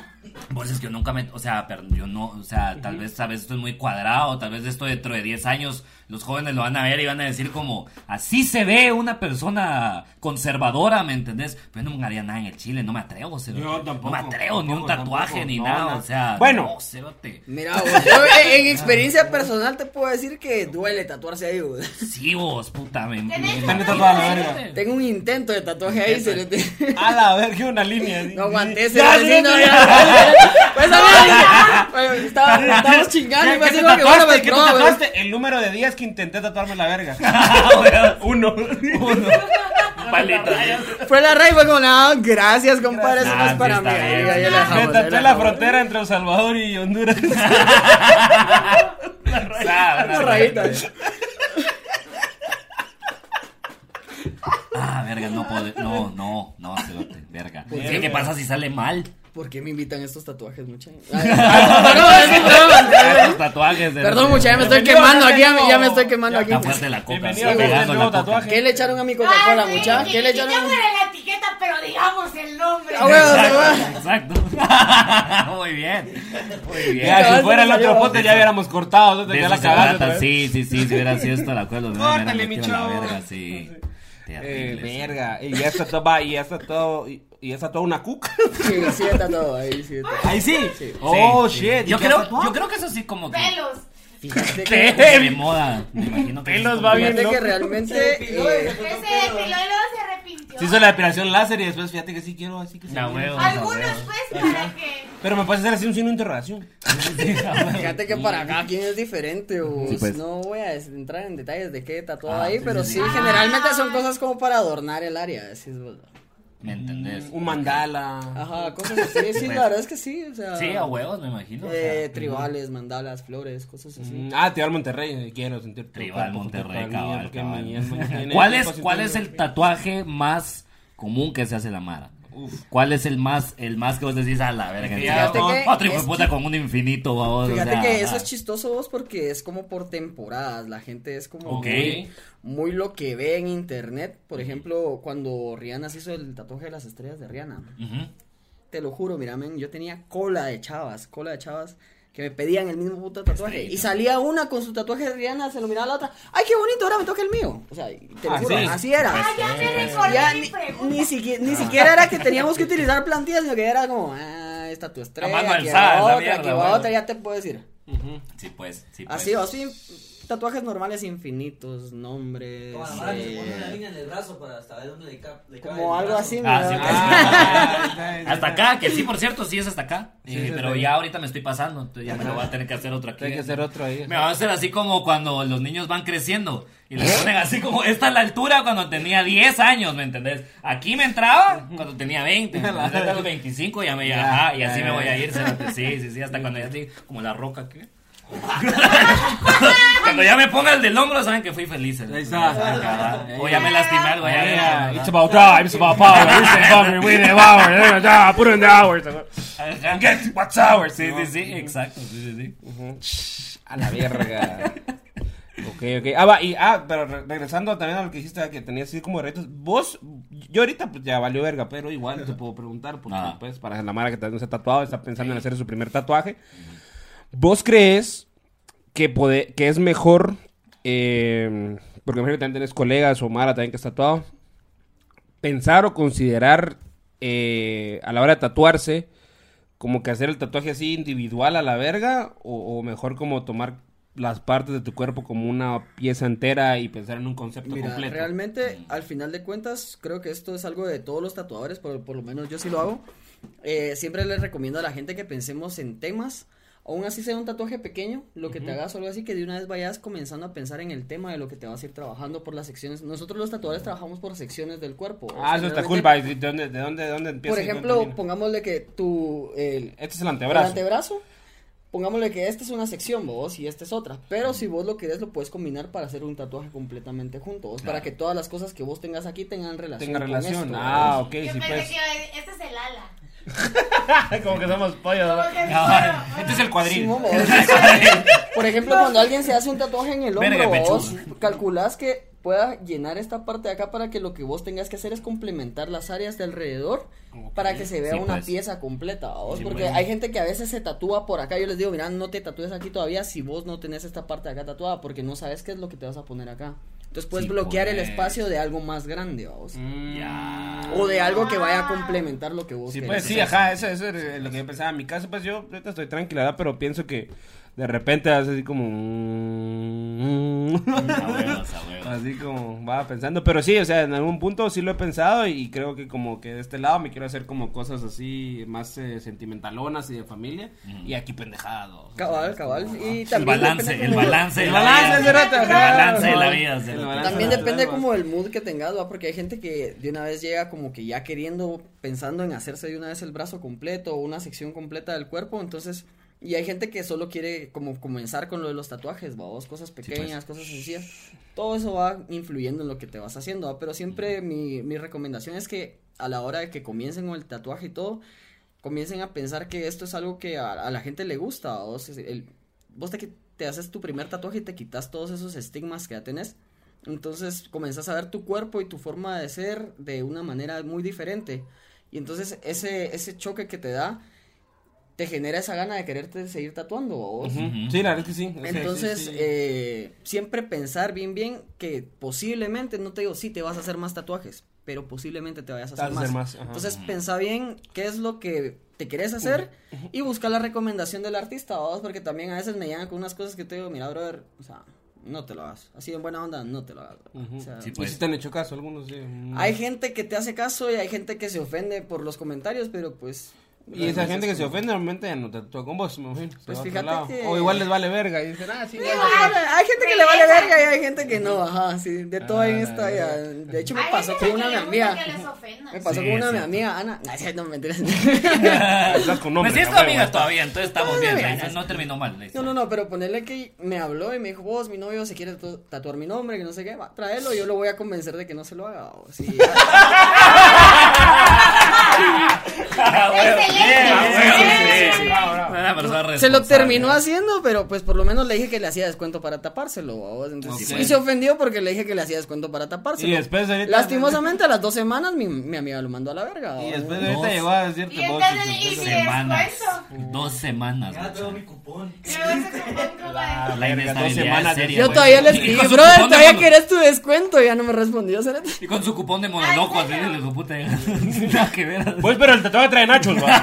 Speaker 3: Pues es que yo nunca me. O sea, pero yo no. O sea, tal vez a veces estoy muy cuadrado. Tal vez esto dentro de 10 años los jóvenes lo van a ver y van a decir, como, así se ve una persona conservadora, ¿me entendés? Pero yo no me haría nada en el chile. No me atrevo, cerote.
Speaker 1: Yo tampoco,
Speaker 3: No me atrevo, ni un
Speaker 1: tampoco,
Speaker 3: tatuaje,
Speaker 1: tampoco,
Speaker 3: ni
Speaker 1: no,
Speaker 3: nada.
Speaker 1: nada.
Speaker 3: O sea,
Speaker 1: Bueno.
Speaker 3: no, cerote.
Speaker 5: Mira, vos, yo eh, en experiencia personal te puedo decir que duele tatuarse ahí, vos.
Speaker 3: Sí, vos, puta. Me,
Speaker 2: ¿Tenés
Speaker 3: me-
Speaker 1: Me han tatuado la verga.
Speaker 5: Tengo un intento de tatuaje ahí, se le
Speaker 1: A la verga, una línea. así.
Speaker 5: No aguanté, se
Speaker 1: Ya,
Speaker 5: le sí,
Speaker 1: sí,
Speaker 5: no,
Speaker 1: sí.
Speaker 5: ya. Pues a ver, bueno, pues, estaba- estábamos chingando y
Speaker 1: ¿Qué,
Speaker 5: me
Speaker 1: qué te
Speaker 5: hacía como que bueno,
Speaker 1: tatuaste?
Speaker 5: pues,
Speaker 1: ¿Qué te
Speaker 5: no, güey.
Speaker 1: tatuaste? El número de días que intenté tatuarme la verga.
Speaker 3: Ah,
Speaker 1: Uno. Uno.
Speaker 3: Paleta.
Speaker 5: Fue la rey, fue como, no, gracias, compadre, eso no es
Speaker 3: Gracias.
Speaker 5: para
Speaker 3: Ah, sí,
Speaker 5: mí.
Speaker 3: está bien.
Speaker 5: Ya, ya la
Speaker 1: Me
Speaker 5: dejamos, ya la
Speaker 1: tatué la
Speaker 5: dejamos.
Speaker 1: frontera entre El Salvador y Honduras.
Speaker 3: O sea,
Speaker 5: Una
Speaker 3: una-
Speaker 5: rayita. ¿eh?
Speaker 3: Ah, verga, no puedo. No, no, no, cerote, verga.
Speaker 5: Pues,
Speaker 3: ¿Qué, ¿Qué pasa si sale mal?
Speaker 5: ¿Por qué me invitan estos tatuajes, mucha? Ay, Perdón,
Speaker 3: Los tatuajes. cerote.
Speaker 5: perdón, mucha, ya me estoy
Speaker 1: Bienvenido
Speaker 5: quemando
Speaker 1: a
Speaker 5: aquí, ya me- ya me
Speaker 1: nuevo-
Speaker 5: estoy quemando aquí.
Speaker 3: Está fuerte la coca.
Speaker 1: Bienvenido
Speaker 3: está
Speaker 5: a
Speaker 3: pegando
Speaker 1: nuevo
Speaker 3: la coca.
Speaker 1: tatuaje.
Speaker 5: ¿Qué le echaron a mi
Speaker 2: Ah,
Speaker 5: Coca-Cola,
Speaker 2: sí,
Speaker 5: mucha?
Speaker 2: que-
Speaker 5: ¿Qué
Speaker 2: que
Speaker 5: le echaron a mi...
Speaker 2: quitemos la etiqueta, pero digamos el nombre.
Speaker 5: Ah, bueno.
Speaker 3: Exacto, exacto. Muy bien. Muy bien.
Speaker 1: Ya, si
Speaker 5: Cabal,
Speaker 1: fuera el
Speaker 5: se me
Speaker 1: otro
Speaker 5: salió.
Speaker 1: pote ya hubiéramos cortado. ¿no? Eh,
Speaker 3: De
Speaker 1: Ya
Speaker 3: eso
Speaker 1: la
Speaker 3: se
Speaker 1: cagaste.
Speaker 3: trata,
Speaker 1: otra vez.
Speaker 3: Sí, sí, sí. Si hubiera sido esto la cual,
Speaker 1: Córtale, mi
Speaker 3: la
Speaker 1: chavo.
Speaker 3: verga, sí.
Speaker 1: Eh,
Speaker 3: Terrible, sí.
Speaker 1: verga. Y ya está todo, va, y ya está todo, y y ya está toda una cuca.
Speaker 5: Sí, sí, está todo ahí, sí, está.
Speaker 1: Ahí sí.
Speaker 3: Sí,
Speaker 1: Oh,
Speaker 3: sí.
Speaker 1: shit. ¿y
Speaker 3: Yo
Speaker 1: qué
Speaker 3: creo,
Speaker 1: tatuaje?
Speaker 3: yo creo que eso sí como que.
Speaker 2: Pelos.
Speaker 5: Fíjate
Speaker 1: ¿Qué?
Speaker 5: que,
Speaker 3: como que de moda. Me imagino que.
Speaker 1: Pelos
Speaker 3: eso es como-
Speaker 1: va bien.
Speaker 5: fíjate que
Speaker 1: loco.
Speaker 5: realmente... eh,
Speaker 2: Ese depiló y luego se arrepintió.
Speaker 1: Se hizo la depilación láser y después fíjate que sí quiero así que se
Speaker 3: La
Speaker 1: vea.
Speaker 3: huevo.
Speaker 2: Algunos, pues, para que.
Speaker 1: Pero me puedes hacer así un signo de interrogación.
Speaker 5: Fíjate que para cada quien es diferente, vos.
Speaker 3: Sí, pues.
Speaker 5: no voy a des- entrar en detalles de qué tatuado
Speaker 3: Ah,
Speaker 5: ahí,
Speaker 3: sí,
Speaker 5: pero
Speaker 3: sí,
Speaker 5: sí,
Speaker 3: sí.
Speaker 5: generalmente son cosas como para adornar el área, decís vos.
Speaker 3: ¿Me entendés?
Speaker 1: Un mandala. Mm,
Speaker 3: Ah,
Speaker 5: Ajá, cosas así, sí,
Speaker 3: pues.
Speaker 5: la verdad es que sí, o sea...
Speaker 3: Sí, a huevos, me imagino. o sea,
Speaker 5: eh, tribales, mandalas, flores, cosas así.
Speaker 1: Mm, Ah, Tribal Monterrey. Quiero sentir tu
Speaker 3: Tribal
Speaker 1: cuerpo junto
Speaker 3: Monterrey,
Speaker 1: al mío,
Speaker 3: cabal,
Speaker 1: porque
Speaker 3: cabal.
Speaker 1: mi alma tiene
Speaker 3: ¿Cuál
Speaker 1: tu
Speaker 3: es,
Speaker 1: pasión
Speaker 3: ¿Cuál
Speaker 1: de-
Speaker 3: es el tatuaje más común que se hace la Mara? ¿Cuál es el más, el más que vos decís a la verga?
Speaker 5: Fíjate
Speaker 3: no,
Speaker 5: que
Speaker 3: otro hijo
Speaker 5: es
Speaker 3: de puta
Speaker 5: que-
Speaker 3: con un infinito, babos, o
Speaker 5: Fíjate
Speaker 3: sea,
Speaker 5: que eso
Speaker 3: ah,
Speaker 5: es chistoso vos porque es como por temporadas, la gente es como
Speaker 3: Ok.
Speaker 5: muy, muy lo que ve en internet, por ejemplo, cuando Rihanna se hizo el tatuaje de las estrellas de Rihanna,
Speaker 3: ujú.
Speaker 5: te lo juro, mira, men, yo tenía cola de chavas, cola de chavas que me pedían el mismo puto tatuaje
Speaker 3: Estrellita.
Speaker 5: y salía una con su tatuaje de Rihanna, se lo miraba a la otra, ay, qué bonito, ahora me toca el mío, o sea, y te lo
Speaker 1: Ah,
Speaker 5: juro,
Speaker 1: sí. pues.
Speaker 5: así era.
Speaker 2: Ah, ya me
Speaker 5: Ya
Speaker 2: recordé mi
Speaker 5: ni,
Speaker 2: pregunta.
Speaker 5: ni siquiera,
Speaker 3: Ah.
Speaker 5: ni siquiera era que teníamos que utilizar plantillas, sino que era como, ah, esta tu estrella,
Speaker 3: mano
Speaker 5: aquí
Speaker 3: alzada,
Speaker 5: va
Speaker 3: esa
Speaker 5: otra, aquí
Speaker 3: mierda,
Speaker 5: va
Speaker 3: bueno.
Speaker 5: otra, ya te puedo decir.
Speaker 3: Sí, pues, sí, pues.
Speaker 5: Así, así, tatuajes normales infinitos, nombres.
Speaker 4: Como la mala que se
Speaker 5: eh,
Speaker 4: pone una línea en el brazo para saber dónde le, cap- le cabe.
Speaker 5: como
Speaker 4: el
Speaker 5: algo
Speaker 4: brazo.
Speaker 5: así,
Speaker 3: Ah,
Speaker 5: ¿verdad?
Speaker 3: sí, pues. Hasta acá, que sí, por cierto, sí es hasta acá.
Speaker 1: Sí,
Speaker 3: Eh,
Speaker 1: sí,
Speaker 3: pero
Speaker 1: sí.
Speaker 3: ya ahorita me estoy pasando, entonces ya me lo voy a tener que hacer otro aquí.
Speaker 1: Hay que hacer otro ahí.
Speaker 3: Me va a hacer así como cuando los niños van creciendo y les ponen así como esta es la altura cuando tenía 10 años, ¿me entendés? Aquí me entraba cuando tenía 20, ¿me entendés? hasta los 25 ya me
Speaker 1: Ya,
Speaker 3: ajá, y así
Speaker 1: ya,
Speaker 3: me
Speaker 1: ya.
Speaker 3: voy a ir, cerote. sí, sí, sí, hasta cuando ya estoy como la roca que cuando ya me ponga el del hombro saben que fui feliz. cerote.
Speaker 1: Ahí está.
Speaker 3: Ajá. O ya me lastimé algo, ya, ya, ya.
Speaker 1: It's about time, it's about power, it's the power, we the power, eh, ya, put in the hours.
Speaker 3: Ajá.
Speaker 1: Get what's ours.
Speaker 3: Sí, sí, sí, exacto, sí, sí, sí.
Speaker 1: A la verga. Ok, ok. Ah, va, y, ah, pero re- regresando también a lo que dijiste ah, que tenías así como retos. Vos, yo ahorita pues ya valió verga, pero igual te puedo preguntar, porque
Speaker 3: Ajá.
Speaker 1: pues para la mara que tal vez no se ha tatuado, está pensando en hacer su primer tatuaje. ¿Vos crees que, pode- que es mejor, eh, porque me imagino que también tenés colegas o mara también que está tatuado, pensar o considerar eh, a la hora de tatuarse, como que hacer el tatuaje así individual a la verga, o, o mejor como tomar las partes de tu cuerpo como una pieza entera y pensar en un concepto
Speaker 5: Mira,
Speaker 1: completo.
Speaker 5: realmente, al final de cuentas, creo que esto es algo de todos los tatuadores, por, por lo menos yo sí lo hago. Eh, siempre les recomiendo a la gente que pensemos en temas, aún así sea un tatuaje pequeño, lo que te hagas o algo así, que de una vez vayas comenzando a pensar en el tema de lo que te vas a ir trabajando por las secciones. Nosotros los tatuadores trabajamos por secciones del cuerpo. o
Speaker 1: Ah,
Speaker 5: sea,
Speaker 1: eso está
Speaker 5: realmente,
Speaker 1: cool, va, ¿y ¿de dónde, de dónde, de dónde empieza?
Speaker 5: Por
Speaker 1: y dónde
Speaker 5: ejemplo,
Speaker 1: termina?
Speaker 5: pongámosle que tu... el-
Speaker 1: este es el antebrazo.
Speaker 5: el antebrazo. Pongámosle que esta es una sección, vos, y esta es otra. Pero si vos lo querés, lo puedes combinar para hacer un tatuaje completamente junto, vos, para que todas las cosas que vos tengas aquí tengan relación.
Speaker 1: Tenga
Speaker 5: con
Speaker 1: relación.
Speaker 5: esto,
Speaker 1: ah,
Speaker 5: vos.
Speaker 1: ok,
Speaker 2: Yo
Speaker 1: sí,
Speaker 2: pensé
Speaker 1: pues.
Speaker 2: que este es el ala.
Speaker 1: como que somos pollos.
Speaker 2: Como
Speaker 1: ¿verdad?
Speaker 2: que
Speaker 3: No,
Speaker 2: solo-
Speaker 3: este es el
Speaker 5: Sí,
Speaker 3: cuadril.
Speaker 5: vos, vos. Por ejemplo, cuando alguien se hace un tatuaje en el
Speaker 3: Verga,
Speaker 5: hombro, vos
Speaker 3: pechuga.
Speaker 5: calculás que pueda llenar esta parte de acá para que lo que vos tengas que hacer es complementar las áreas de alrededor para que se vea
Speaker 3: Sí,
Speaker 5: una
Speaker 3: pues.
Speaker 5: pieza completa, vos.
Speaker 3: Sí,
Speaker 5: Porque
Speaker 3: pues.
Speaker 5: hay gente que a veces se tatúa por acá. Yo les digo, mira, no te tatúes aquí todavía si vos no tenés esta parte de acá tatuada porque no sabes qué es lo que te vas a poner acá. Entonces puedes
Speaker 3: Sí,
Speaker 5: bloquear el
Speaker 3: pues. Mm.
Speaker 5: espacio de algo más grande, vos.
Speaker 3: Ya.
Speaker 5: O de algo que vaya a complementar lo que vos
Speaker 1: Sí,
Speaker 5: querés.
Speaker 1: pues sí, ajá, eso, eso es lo que yo pensaba. En mi caso, pues yo ahorita estoy tranquila, ¿verdad? pero pienso que de repente hace así como. mm,
Speaker 3: A huevos, a huevos.
Speaker 1: Así como va pensando. Pero sí, o sea, en algún punto sí lo he pensado y creo que como que de este lado me quiero hacer como cosas así más eh, sentimentalonas y de familia. Y aquí pendejado.
Speaker 5: Cabal, cabal. Y
Speaker 3: El
Speaker 5: también depende
Speaker 3: balance, el
Speaker 5: como-
Speaker 3: balance. de
Speaker 1: El
Speaker 3: la
Speaker 1: balance,
Speaker 3: vida.
Speaker 1: cerote,
Speaker 3: El
Speaker 1: ajá.
Speaker 3: balance de la vida.
Speaker 1: El
Speaker 3: cerote.
Speaker 1: balance.
Speaker 5: También
Speaker 1: Ajá,
Speaker 5: depende
Speaker 1: claro.
Speaker 5: como el mood que tengas, ¿va? Porque hay gente que de una vez llega como que ya queriendo, pensando en hacerse de una vez el brazo completo o una sección completa del cuerpo, entonces... Y hay gente que solo quiere como comenzar con lo de los tatuajes, ¿va? Vos, cosas pequeñas, cosas sencillas. Todo eso va influyendo en lo que te vas haciendo, ¿va? Pero siempre mi, mi recomendación es que a la hora de que comiencen con el tatuaje y todo, comiencen a pensar que esto es algo que a, a la gente le gusta. ¿va? Vos, es el, vos te, qui- te haces tu primer tatuaje y te quitas todos esos estigmas que ya tenés. Entonces comenzás a ver tu cuerpo y tu forma de ser de una manera muy diferente. Y entonces ese, ese choque que te da te genera esa gana de quererte seguir tatuando. ¿va? Vos.
Speaker 1: Ujú. Sí, la verdad es que sí. O sea, sí,
Speaker 5: Entonces,
Speaker 1: sí.
Speaker 5: eh, siempre pensar bien, bien que posiblemente, no te digo, sí te vas a hacer más tatuajes, pero posiblemente te vayas a
Speaker 1: Te vas
Speaker 5: hacer
Speaker 1: a hacer
Speaker 5: más.
Speaker 1: más, ajá.
Speaker 5: Entonces, pensá bien qué es lo que te quieres hacer y busca la recomendación del artista, ¿vos? porque también a veces me llegan con unas cosas que te digo, mira, brother, o sea, no te lo hagas. Así en buena onda, no te lo hagas. bro". O sea,
Speaker 3: Sí,
Speaker 1: Y si te han hecho caso algunos. sí.
Speaker 5: Hay gente que te hace caso y hay gente que se ofende por los comentarios, pero pues...
Speaker 1: Y esa
Speaker 5: realmente
Speaker 1: gente
Speaker 5: es
Speaker 1: que se
Speaker 5: como-
Speaker 1: ofende normalmente ya no te actúa con vos, me imagino. se
Speaker 5: Pues
Speaker 1: va a otro
Speaker 5: fíjate
Speaker 1: lado.
Speaker 5: que-
Speaker 1: O igual les vale verga y dicen, ah, sí, ya,
Speaker 5: Ah,
Speaker 1: ya".
Speaker 5: Hay gente que le vale verga y hay gente que no, ajá, sí, de todo
Speaker 1: Ah,
Speaker 5: en esta
Speaker 1: ya.
Speaker 5: ya. De hecho me
Speaker 2: Hay
Speaker 5: pasó
Speaker 2: gente que
Speaker 5: con una
Speaker 2: le
Speaker 5: mi
Speaker 2: gusta
Speaker 5: amiga.
Speaker 2: que les ofendan.
Speaker 5: Me pasó
Speaker 3: Sí,
Speaker 5: con una
Speaker 3: es
Speaker 5: mi
Speaker 3: cierto.
Speaker 5: amiga, Ana. Ay, sí, no, mentiras.
Speaker 1: Estás con ah, nombre.
Speaker 3: Pues sí es tu
Speaker 1: la huevo,
Speaker 3: amiga
Speaker 1: estás-
Speaker 3: todavía, entonces estamos
Speaker 5: No,
Speaker 3: bien.
Speaker 5: no,
Speaker 3: la
Speaker 5: no,
Speaker 3: historia No terminó mal. la
Speaker 5: No,
Speaker 3: historia.
Speaker 5: no, no, pero ponerle que me habló y me dijo, vos, mi novio se quiere tu- tatuar mi nombre, que no sé qué, va, tráelo, yo lo voy a convencer de que no se lo haga. o sí.
Speaker 3: Ah, bueno,
Speaker 2: Excelente.
Speaker 3: bien, ah, bueno,
Speaker 2: Sí,
Speaker 3: sí. Una persona
Speaker 5: se lo
Speaker 3: responsable.
Speaker 5: terminó haciendo, pero pues por lo menos le dije que le hacía descuento para tapárselo. vamos, entonces,
Speaker 3: Ok.
Speaker 5: Y se ofendió porque le dije que le hacía descuento para tapárselo.
Speaker 1: Y después ahorita-
Speaker 5: Lastimosamente a las dos semanas mi, mi amiga lo mandó a la verga.
Speaker 1: Y
Speaker 5: vamos.
Speaker 1: después de ahorita
Speaker 3: Dos.
Speaker 1: llegó a decirte
Speaker 2: Y
Speaker 1: vos.
Speaker 2: entonces,
Speaker 1: sí,
Speaker 2: y
Speaker 1: sí,
Speaker 2: si-
Speaker 1: sí.
Speaker 3: Semanas.
Speaker 2: descuento.
Speaker 3: Dos semanas.
Speaker 4: Ya
Speaker 3: muchacho.
Speaker 4: tengo mi cupón.
Speaker 2: Me vas a comprar un grupo
Speaker 3: La
Speaker 1: Verga, dos
Speaker 3: inestabilidad
Speaker 1: semanas
Speaker 3: es seria.
Speaker 5: Yo
Speaker 3: güey.
Speaker 5: todavía le
Speaker 3: Y
Speaker 5: escribí,
Speaker 3: con su
Speaker 5: brother,
Speaker 3: cupón de
Speaker 5: todavía
Speaker 3: mono-
Speaker 5: querés tu descuento. Ya no me respondió, Cerati.
Speaker 3: Y con su cupón de monoloco, así le dijo, puta. Nada que ver.
Speaker 1: Pues, pero el tatuaje trae nachos, va.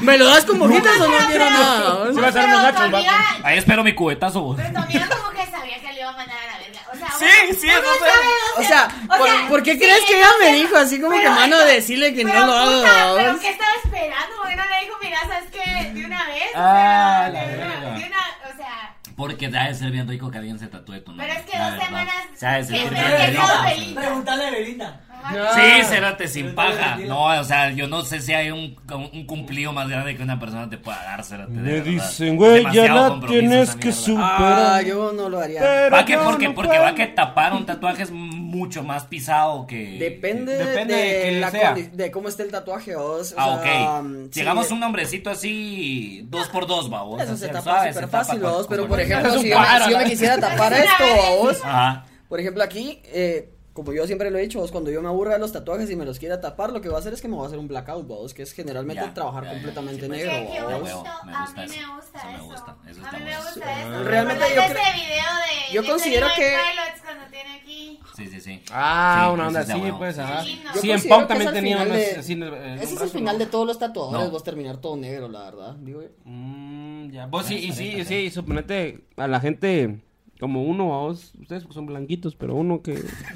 Speaker 5: Me ¿Me lo das con mojitas o no quiero
Speaker 1: Sí,
Speaker 5: nada?
Speaker 1: vas a dar unos nachos,
Speaker 2: todavía-
Speaker 3: Ahí espero mi cubetazo. güey.
Speaker 2: Pero tu amiga como que sabía que le iba a mandar a la verga. O sea,
Speaker 6: Sí,
Speaker 2: uno-
Speaker 6: sí,
Speaker 2: uno
Speaker 6: eso sé.
Speaker 2: sabe,
Speaker 5: O sea, ¿por, por qué
Speaker 2: sí,
Speaker 5: crees que ella me
Speaker 2: entonces-
Speaker 5: dijo así como que
Speaker 2: pero-
Speaker 5: mano decirle que
Speaker 2: pero
Speaker 5: no lo hago?
Speaker 2: puta,
Speaker 5: vamos?
Speaker 2: ¿Pero qué estaba esperando? Porque no le dijo, mira, ¿sabes qué? De una vez. o
Speaker 3: Ah,
Speaker 2: sea,
Speaker 3: la
Speaker 2: de una-
Speaker 3: verga.
Speaker 2: De una, o sea...
Speaker 3: Porque ha de ser bien rico que alguien se tatúe tu nombre.
Speaker 2: Pero es que
Speaker 3: la
Speaker 2: dos
Speaker 3: verdad.
Speaker 2: semanas-
Speaker 3: O sea, ha de ser
Speaker 2: que
Speaker 3: bien
Speaker 2: espero que
Speaker 3: rico.
Speaker 2: todo feliz.
Speaker 4: Preguntale
Speaker 1: pues.
Speaker 4: a Belinda.
Speaker 2: ajá.
Speaker 5: No.
Speaker 3: Sí, cérate sin
Speaker 4: Pero
Speaker 3: paja.
Speaker 4: está
Speaker 3: No, o sea, yo no sé si hay un, un cumplido más grande que una persona te pueda dar, cérate. de
Speaker 1: Me
Speaker 3: verdad.
Speaker 1: dicen, güey, ya
Speaker 3: Demasiado
Speaker 1: la
Speaker 3: compromiso
Speaker 1: tienes
Speaker 3: esa
Speaker 1: que
Speaker 3: mierda.
Speaker 5: Ah,
Speaker 1: superar.
Speaker 5: yo no lo haría.
Speaker 1: Pero
Speaker 3: Va que
Speaker 1: no,
Speaker 3: porque,
Speaker 1: no
Speaker 3: porque va
Speaker 1: puedo.
Speaker 3: que tapar un tatuaje es mucho más pisado que.
Speaker 5: Depende,
Speaker 1: Depende
Speaker 5: de,
Speaker 1: de quién
Speaker 5: la
Speaker 1: sea.
Speaker 5: condi- de cómo esté el tatuaje. vos, O
Speaker 3: Ah,
Speaker 5: sea,
Speaker 3: ok.
Speaker 5: um, sí,
Speaker 3: Llegamos a un nombrecito así, dos por dos, va. vos,
Speaker 5: Eso
Speaker 3: así,
Speaker 5: se tapa
Speaker 3: suave,
Speaker 5: súper
Speaker 3: se tapa
Speaker 5: fácil,
Speaker 3: con-
Speaker 5: vos, pero
Speaker 3: con-
Speaker 5: por
Speaker 3: con-
Speaker 5: ejemplo,
Speaker 3: Es
Speaker 5: si
Speaker 3: un
Speaker 5: yo,
Speaker 3: pájaro,
Speaker 5: si yo me
Speaker 3: ¿no?
Speaker 5: quisiera tapar esto, vos,
Speaker 3: Ajá.
Speaker 5: por ejemplo, aquí, eh, como yo siempre lo he dicho, vos, cuando yo me aburra de los tatuajes y me los quiera tapar, lo que voy a hacer es que me voy a hacer un blackout, vos, que es generalmente
Speaker 3: Ya,
Speaker 5: trabajar
Speaker 3: ya, ya,
Speaker 5: completamente
Speaker 3: sí, pues,
Speaker 5: negro,
Speaker 2: Qué
Speaker 5: vos.
Speaker 3: huevo,
Speaker 2: gusto,
Speaker 3: me
Speaker 2: a
Speaker 3: gusta
Speaker 2: mí
Speaker 3: eso,
Speaker 2: me gusta
Speaker 3: eso me
Speaker 2: eso.
Speaker 3: gusta, eso
Speaker 2: A
Speaker 3: está
Speaker 2: mí me
Speaker 3: bueno.
Speaker 2: gusta eso.
Speaker 5: Realmente yo
Speaker 2: Acuérdate
Speaker 5: creo-
Speaker 2: ese video de-
Speaker 5: yo
Speaker 2: de
Speaker 5: considero
Speaker 2: Tony
Speaker 5: que-
Speaker 2: Pilots cuando tiene aquí.
Speaker 3: Sí, sí, sí.
Speaker 1: Ah,
Speaker 3: Sí,
Speaker 1: una onda
Speaker 3: ese es de
Speaker 1: así,
Speaker 3: huevo.
Speaker 1: pues,
Speaker 3: Sí,
Speaker 2: sí, no.
Speaker 1: ajá. Sí,
Speaker 5: Yo
Speaker 1: en
Speaker 5: considero
Speaker 1: Punk
Speaker 5: que es
Speaker 1: también
Speaker 5: al
Speaker 1: tenía
Speaker 5: final
Speaker 1: unos
Speaker 5: de-
Speaker 1: así en el- eh, en un
Speaker 5: Ese es el
Speaker 1: brazo, ¿no?
Speaker 5: final de todos los tatuadores,
Speaker 3: No.
Speaker 5: vos terminar todo negro, la verdad, digo yo.
Speaker 1: Mm, ya. Vos sí, y sí, y sí, y suponete a la gente como uno, a vos, ustedes son blanquitos, pero uno que. uno que-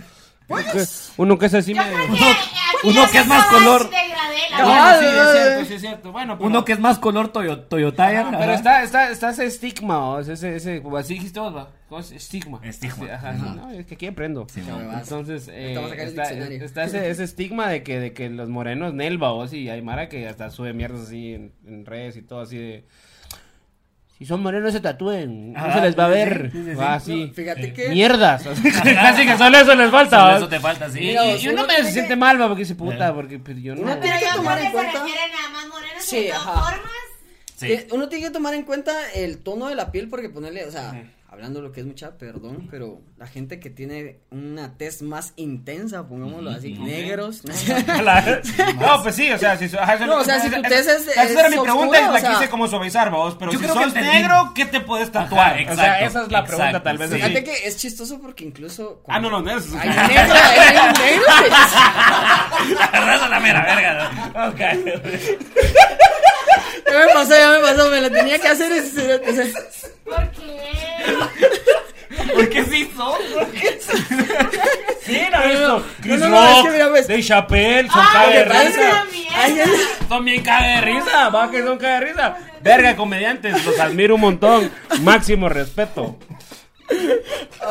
Speaker 3: Pues,
Speaker 1: Uno que es así medio.
Speaker 2: Creo que aquí
Speaker 3: uno
Speaker 2: ya
Speaker 3: que es
Speaker 2: se
Speaker 3: más
Speaker 2: acabas
Speaker 3: color.
Speaker 2: de degradé, la
Speaker 5: No,
Speaker 2: verdad.
Speaker 1: Bueno, sí, es cierto, sí, es cierto. Bueno, pero-
Speaker 3: Uno que es más color Toyo- Toyotayan.
Speaker 1: Ajá,
Speaker 3: ajá.
Speaker 1: Pero está, está, está ese estigma, o sea, ese, ese, como así dijiste vos, ¿va? ¿Cómo es? Estigma.
Speaker 3: Estigma.
Speaker 1: Sí, ajá,
Speaker 3: Ajá.
Speaker 1: no, es que aquí aprendo.
Speaker 5: no.
Speaker 1: Entonces, eh,
Speaker 5: Estamos acá en el
Speaker 1: está,
Speaker 5: diccionario.
Speaker 1: está ese, ese estigma de que, de que los morenos nelva, vos, y Aymara que hasta sube mierdas así en, en redes y todo así de... Si son morenos se tatúen, no
Speaker 5: Ah,
Speaker 3: Ajá,
Speaker 1: se les va a
Speaker 3: sí,
Speaker 1: ver.
Speaker 3: sí, sí, sí.
Speaker 1: Va así.
Speaker 5: Fíjate que...
Speaker 1: Mierdas. así que- Casi que solo eso les falta.
Speaker 3: Solo
Speaker 1: ¿va?
Speaker 3: Eso te falta, sí.
Speaker 5: Mira,
Speaker 1: Y- y uno
Speaker 5: Uno
Speaker 1: me se
Speaker 5: tiene que-
Speaker 1: siente mal, va, porque dice puta, porque pues, yo no.
Speaker 5: Uno
Speaker 2: Pero
Speaker 5: tiene que
Speaker 2: yo
Speaker 5: tomar
Speaker 2: creo
Speaker 5: en
Speaker 2: que se
Speaker 5: cuenta-
Speaker 2: refieren a más morenos
Speaker 5: Sí,
Speaker 2: de todas
Speaker 5: ajá.
Speaker 2: formas.
Speaker 3: Sí.
Speaker 5: Que Eh, Uno tiene que tomar en cuenta el tono de la piel porque ponerle, o sea, hablando lo que es mucha, perdón, pero la gente que tiene una tez más intensa, pongámoslo así,
Speaker 3: Ujú.
Speaker 5: negros.
Speaker 1: La- No, pues sí, o sea, si, so- ajá, eso-
Speaker 5: No, o sea, si
Speaker 1: esa-
Speaker 5: tu tez es-
Speaker 1: esa era
Speaker 5: es
Speaker 1: mi
Speaker 5: oscura,
Speaker 1: pregunta y
Speaker 5: o
Speaker 1: la
Speaker 5: sea-
Speaker 1: quise como suavizar, vos, pero
Speaker 3: Yo
Speaker 1: si
Speaker 3: creo que
Speaker 1: sos
Speaker 3: entendí.
Speaker 1: negro, ¿qué te puedes tatuar? o
Speaker 3: Ajá,
Speaker 1: sea,
Speaker 3: exacto,
Speaker 1: esa es la pregunta
Speaker 3: exacto,
Speaker 1: tal vez.
Speaker 3: sí.
Speaker 1: así.
Speaker 5: Fíjate que es chistoso porque incluso...
Speaker 1: Ah, no, no, no es.
Speaker 5: Hay un negro, hay un negro.
Speaker 3: La verdad es la mera verga. Ok.
Speaker 5: que- Ya me pasó, ya me pasó, me la tenía que hacer. es- es- es-
Speaker 2: ¿Por qué?
Speaker 3: ¿Por qué sí son?
Speaker 1: Sí, no, esto. Chris
Speaker 5: no, no, es que
Speaker 1: Rock,
Speaker 5: mira, ves.
Speaker 1: Dave Chappelle, son
Speaker 2: Ay,
Speaker 1: caga de
Speaker 5: ¿qué pasa?
Speaker 1: risa.
Speaker 5: Ay, es-
Speaker 1: Son bien caga de risa, va que son caga de risa. Verga, comediantes, los admiro un montón. Máximo respeto.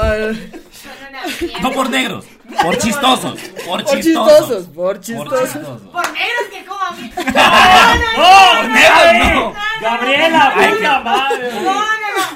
Speaker 5: ay,
Speaker 2: Son una mierda.
Speaker 3: No por negros, por chistosos. Por
Speaker 5: Por
Speaker 3: chistosos.
Speaker 5: chistosos, por chistosos.
Speaker 2: Por negros que como a mí. No, no,
Speaker 3: por negros,
Speaker 1: ¡Ey!
Speaker 3: no.
Speaker 1: Gabriela,
Speaker 3: Ay,
Speaker 1: puta madre.
Speaker 2: No, no,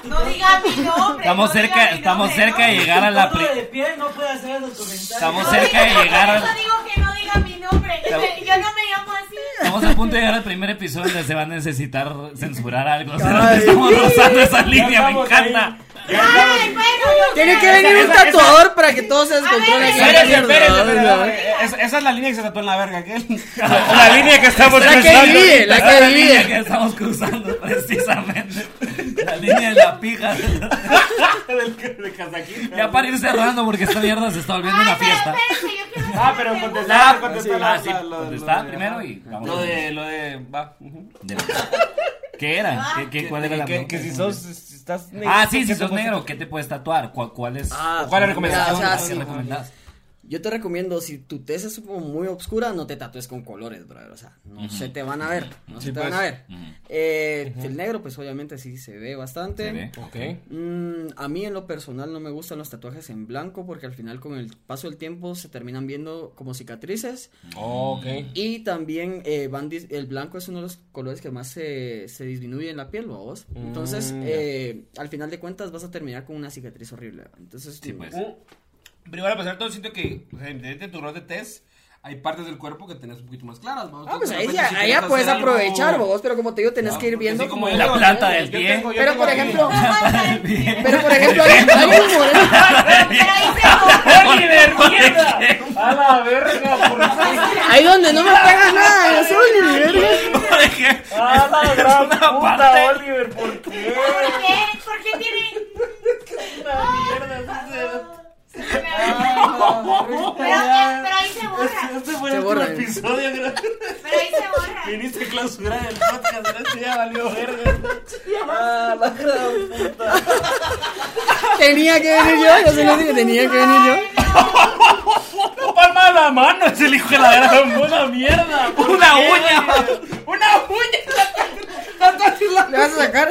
Speaker 2: no, no diga mi nombre.
Speaker 3: Estamos
Speaker 2: no diga
Speaker 3: cerca,
Speaker 2: mi
Speaker 3: estamos
Speaker 2: nombre,
Speaker 3: cerca de
Speaker 2: ¿no?
Speaker 3: llegar a la
Speaker 4: Todo de
Speaker 3: pri-
Speaker 4: piel no puede hacer los comentarios.
Speaker 3: Estamos
Speaker 2: No
Speaker 3: cerca de
Speaker 2: diga-
Speaker 3: llegar
Speaker 2: Por
Speaker 3: al-
Speaker 2: eso digo que no diga mi nombre.
Speaker 3: Estamos-
Speaker 2: Yo no me llamo así.
Speaker 3: Estamos a punto de llegar al primer episodio donde se va a necesitar censurar algo. O sea,
Speaker 5: Ay.
Speaker 3: estamos rozando esa
Speaker 1: Ya
Speaker 3: línea, me
Speaker 1: estamos ahí.
Speaker 3: encanta.
Speaker 1: Ya estamos-
Speaker 2: Ay, bueno, yo
Speaker 5: Tiene que
Speaker 2: creo-
Speaker 5: venir un
Speaker 1: esa-
Speaker 5: tatuador para que todo se descontrole.
Speaker 2: ver,
Speaker 5: aquí.
Speaker 1: Espérense, espérense,
Speaker 5: Ay,
Speaker 1: espérense,
Speaker 5: no.
Speaker 1: espérense. Esa- Esa es la línea que se tatuó en la verga, ¿qué?
Speaker 4: Ah,
Speaker 1: La línea que estamos
Speaker 5: La que
Speaker 1: cruzando.
Speaker 5: divide,
Speaker 3: Esa
Speaker 5: la
Speaker 3: es
Speaker 5: que
Speaker 3: la línea que
Speaker 5: divide.
Speaker 3: estamos cruzando precisamente. La línea de la pija. Ya para ir cerrando porque esta mierda se está volviendo una
Speaker 2: Ay, pero
Speaker 3: fiesta.
Speaker 2: espérense, yo quiero hacer
Speaker 1: Ah,
Speaker 2: una
Speaker 1: pero
Speaker 2: pregunta.
Speaker 1: contestar,
Speaker 3: sí,
Speaker 1: contestar.
Speaker 3: ah, sí, contestá primero y vamos.
Speaker 1: Lo de, lo de, va. ujú.
Speaker 3: De- ¿Qué
Speaker 5: Ah.
Speaker 3: era? ¿Qué, qué, cuál era la
Speaker 1: que, que si
Speaker 3: pregunta?
Speaker 1: sos, si estás negro.
Speaker 3: Ah, sí,
Speaker 1: ¿qué
Speaker 3: si
Speaker 1: te
Speaker 3: sos
Speaker 1: puedes-
Speaker 3: negro, ¿qué te puedes tatuar? ¿Cuál, cuál es?
Speaker 5: Ah,
Speaker 1: ¿Cuál es la
Speaker 5: mira,
Speaker 1: recomendación?
Speaker 5: o sea,
Speaker 1: Ah,
Speaker 5: sí,
Speaker 3: ¿Qué recomendás?
Speaker 5: Yo te recomiendo, si tu tez es como muy oscura, no te tatúes con colores, brother. O sea, no se te van a ver. No se
Speaker 1: Sí,
Speaker 5: te van
Speaker 1: pues.
Speaker 5: a ver.
Speaker 3: Ujú.
Speaker 5: Eh, El negro, pues obviamente sí se ve bastante.
Speaker 3: Se ve.
Speaker 1: Ok.
Speaker 5: Mm, a mí en lo personal no me gustan los tatuajes en blanco porque al final con el paso del tiempo se terminan viendo como cicatrices
Speaker 1: Ok.
Speaker 5: y también eh, van dis- el blanco es uno de los colores que más se, se disminuye en la piel, vos. Entonces,
Speaker 1: Mm, ya.
Speaker 5: eh, al final de cuentas vas a terminar con una cicatriz horrible. ¿va? Entonces,
Speaker 3: Sí, pues.
Speaker 1: Mm. Primero, a pesar de todo, siento que, o sea, independiente de tu rol de test, hay partes del cuerpo que tenés un poquito más claras, ¿no?
Speaker 5: Ah, pues
Speaker 1: Entonces,
Speaker 5: ahí
Speaker 1: de
Speaker 5: ya,
Speaker 1: repente, si
Speaker 5: ahí
Speaker 1: quieres
Speaker 5: ya puedes
Speaker 1: hacer algo-
Speaker 5: aprovechar vos, pero como te digo, tenés
Speaker 1: No,
Speaker 5: que ir
Speaker 1: porque
Speaker 5: viendo
Speaker 1: sí,
Speaker 5: como...
Speaker 1: como
Speaker 3: La
Speaker 1: yo,
Speaker 3: planta
Speaker 1: yo
Speaker 3: del
Speaker 1: tengo-
Speaker 3: pie.
Speaker 1: yo
Speaker 5: Pero,
Speaker 1: tengo
Speaker 5: por
Speaker 1: aquí-
Speaker 5: ejemplo-
Speaker 2: Ay,
Speaker 5: Pero por ejemplo, hay, hay un moreno...
Speaker 2: Pero ahí se
Speaker 1: ¡Oliver, mierda! ¡A la verga! ¿por qué?
Speaker 5: Ahí donde no me pagan nada, yo soy un nivel.
Speaker 3: Por ejemplo,
Speaker 1: ¡A la gran
Speaker 3: una
Speaker 1: puta,
Speaker 3: parte-
Speaker 1: Oliver! ¿Por qué?
Speaker 2: ¿Por qué? ¿Por qué tiene.?
Speaker 1: mierda,
Speaker 2: Pero, pero ahí se borra.
Speaker 5: Se borra.
Speaker 3: episodio, gra-
Speaker 2: Pero ahí se borra.
Speaker 3: viniste a clausurar el podcast, gracias, ya valió verga.
Speaker 4: Ah, la gran puta.
Speaker 5: Tenía que venir yo, yo se lo dije, tenía que venir yo.
Speaker 3: Una ¡Oh, palma de la mano es el hijo de la gran buena mierda. Una uña, una uña.
Speaker 5: ¿Le vas a sacar?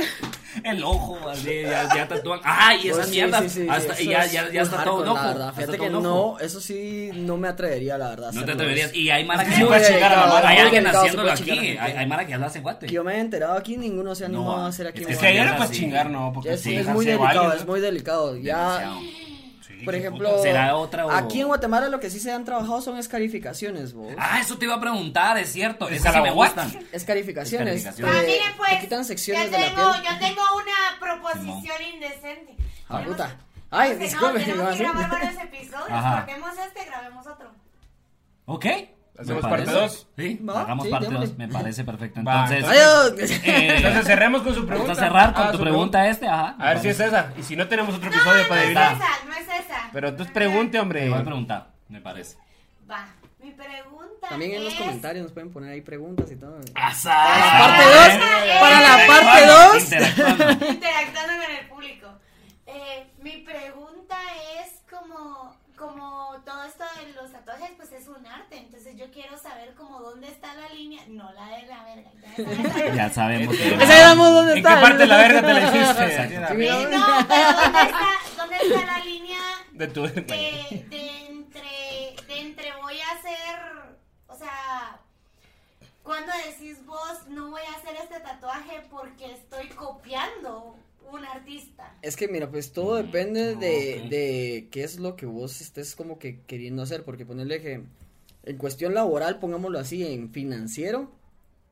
Speaker 3: El ojo, así, ya, ya tatúan. Ay, esas
Speaker 5: Pues sí,
Speaker 3: mierdas.
Speaker 5: sí, sí,
Speaker 3: hasta,
Speaker 5: sí,
Speaker 3: y
Speaker 5: eso
Speaker 3: ya,
Speaker 5: es
Speaker 3: ya,
Speaker 5: full
Speaker 3: ya está todo
Speaker 5: hardcore,
Speaker 3: un ojo.
Speaker 5: la verdad.
Speaker 3: Está
Speaker 5: Fíjate
Speaker 3: todo
Speaker 5: que
Speaker 3: un ojo.
Speaker 5: no, eso sí, no me atrevería, la verdad.
Speaker 3: No te
Speaker 5: hacerlo.
Speaker 3: atreverías. Y hay mara que
Speaker 5: Muy
Speaker 3: se puede chingar a la
Speaker 5: delicado,
Speaker 3: mano. Hay
Speaker 5: muy
Speaker 3: alguien
Speaker 5: delicado, se
Speaker 3: haciéndolo
Speaker 5: puede chingar a la
Speaker 3: aquí.
Speaker 5: gente.
Speaker 3: Hay, hay mara que ya lo hace guate.
Speaker 5: Que yo me he enterado aquí, ninguno se ha animado a hacer aquí.
Speaker 3: es
Speaker 5: una
Speaker 1: Es que
Speaker 3: Bueno,
Speaker 1: ya
Speaker 5: vaina.
Speaker 1: era para
Speaker 3: sí.
Speaker 1: chingar, ¿no? Porque
Speaker 5: Es,
Speaker 1: sí,
Speaker 5: es
Speaker 1: dejarse
Speaker 5: muy
Speaker 1: de
Speaker 5: delicado,
Speaker 1: varios,
Speaker 5: es muy delicado. Ya,
Speaker 3: Demasiado. Sí,
Speaker 5: por
Speaker 3: qué
Speaker 5: ejemplo,
Speaker 3: puta. ¿Será otra o-
Speaker 5: aquí en Guatemala lo que sí se han trabajado son escarificaciones, vos.
Speaker 3: Ah, eso te iba a preguntar, es cierto.
Speaker 1: ¿Es
Speaker 3: Esas sí me
Speaker 1: Sarawak?
Speaker 3: gustan.
Speaker 5: Escarificaciones.
Speaker 3: Escarificaciones.
Speaker 2: Ah,
Speaker 5: te-
Speaker 2: miren, pues.
Speaker 5: te quitan secciones
Speaker 2: yo
Speaker 5: de la
Speaker 2: tengo,
Speaker 5: piel.
Speaker 2: Yo tengo una proposición indecente.
Speaker 5: Ah,
Speaker 2: Tenemos-
Speaker 5: puta. Ay,
Speaker 2: Porque no,
Speaker 5: disculpe,
Speaker 2: Tenemos que
Speaker 5: ¿no?
Speaker 2: grabar varios episodios.
Speaker 3: Ajá.
Speaker 2: Cortemos este, grabemos otro.
Speaker 3: ¿Ok?
Speaker 1: Hacemos
Speaker 3: Me
Speaker 1: parte
Speaker 3: parece.
Speaker 1: dos.
Speaker 3: Sí,
Speaker 5: Va,
Speaker 3: hagamos
Speaker 5: sí,
Speaker 3: parte
Speaker 5: démosle.
Speaker 3: 2. Me parece perfecto.
Speaker 1: Va,
Speaker 3: Entonces,
Speaker 5: Adiós.
Speaker 3: eh,
Speaker 1: Entonces cerremos con su
Speaker 3: vamos
Speaker 1: pregunta.
Speaker 3: a cerrar con
Speaker 1: Ah,
Speaker 3: tu
Speaker 1: su
Speaker 3: pregunta, este. Ajá.
Speaker 1: A ver si es esa. Y si no tenemos otro
Speaker 2: No,
Speaker 1: episodio
Speaker 2: no
Speaker 1: para
Speaker 2: es
Speaker 1: adivinar.
Speaker 2: esa, no es esa.
Speaker 1: Pero entonces pregunte, hombre.
Speaker 3: Te voy a preguntar, me parece.
Speaker 2: Va, mi pregunta
Speaker 5: También en los
Speaker 2: es-
Speaker 5: comentarios nos pueden poner ahí preguntas y todo.
Speaker 1: Ah,
Speaker 3: Para
Speaker 5: la parte dos,
Speaker 2: Ah,
Speaker 5: para
Speaker 2: eh,
Speaker 5: la parte dos.
Speaker 3: dos.
Speaker 2: Interactuando con el público. Eh, mi pregunta es como, como todo esto de los tatuajes, pues es un arte. Entonces yo quiero saber como dónde está la línea, no la de la verga. ya sabes.
Speaker 3: Ya sabemos. que-
Speaker 5: Esa éramos dónde
Speaker 1: ¿En qué
Speaker 5: está.
Speaker 1: parte de la verga te la hiciste?
Speaker 3: Exacto.
Speaker 5: Sí,
Speaker 2: Eh, no, pero ¿dónde está, dónde está la línea
Speaker 1: De tu...
Speaker 2: de, de entre, de entre voy a hacer, o sea, cuando decís vos no voy a hacer este tatuaje porque estoy copiando un artista?
Speaker 5: Es que mira, pues todo
Speaker 1: Mm,
Speaker 5: depende
Speaker 3: Ah,
Speaker 5: de,
Speaker 3: ok.
Speaker 5: de qué es lo que vos estés como que queriendo hacer, porque ponerle que en cuestión laboral, pongámoslo así, en financiero,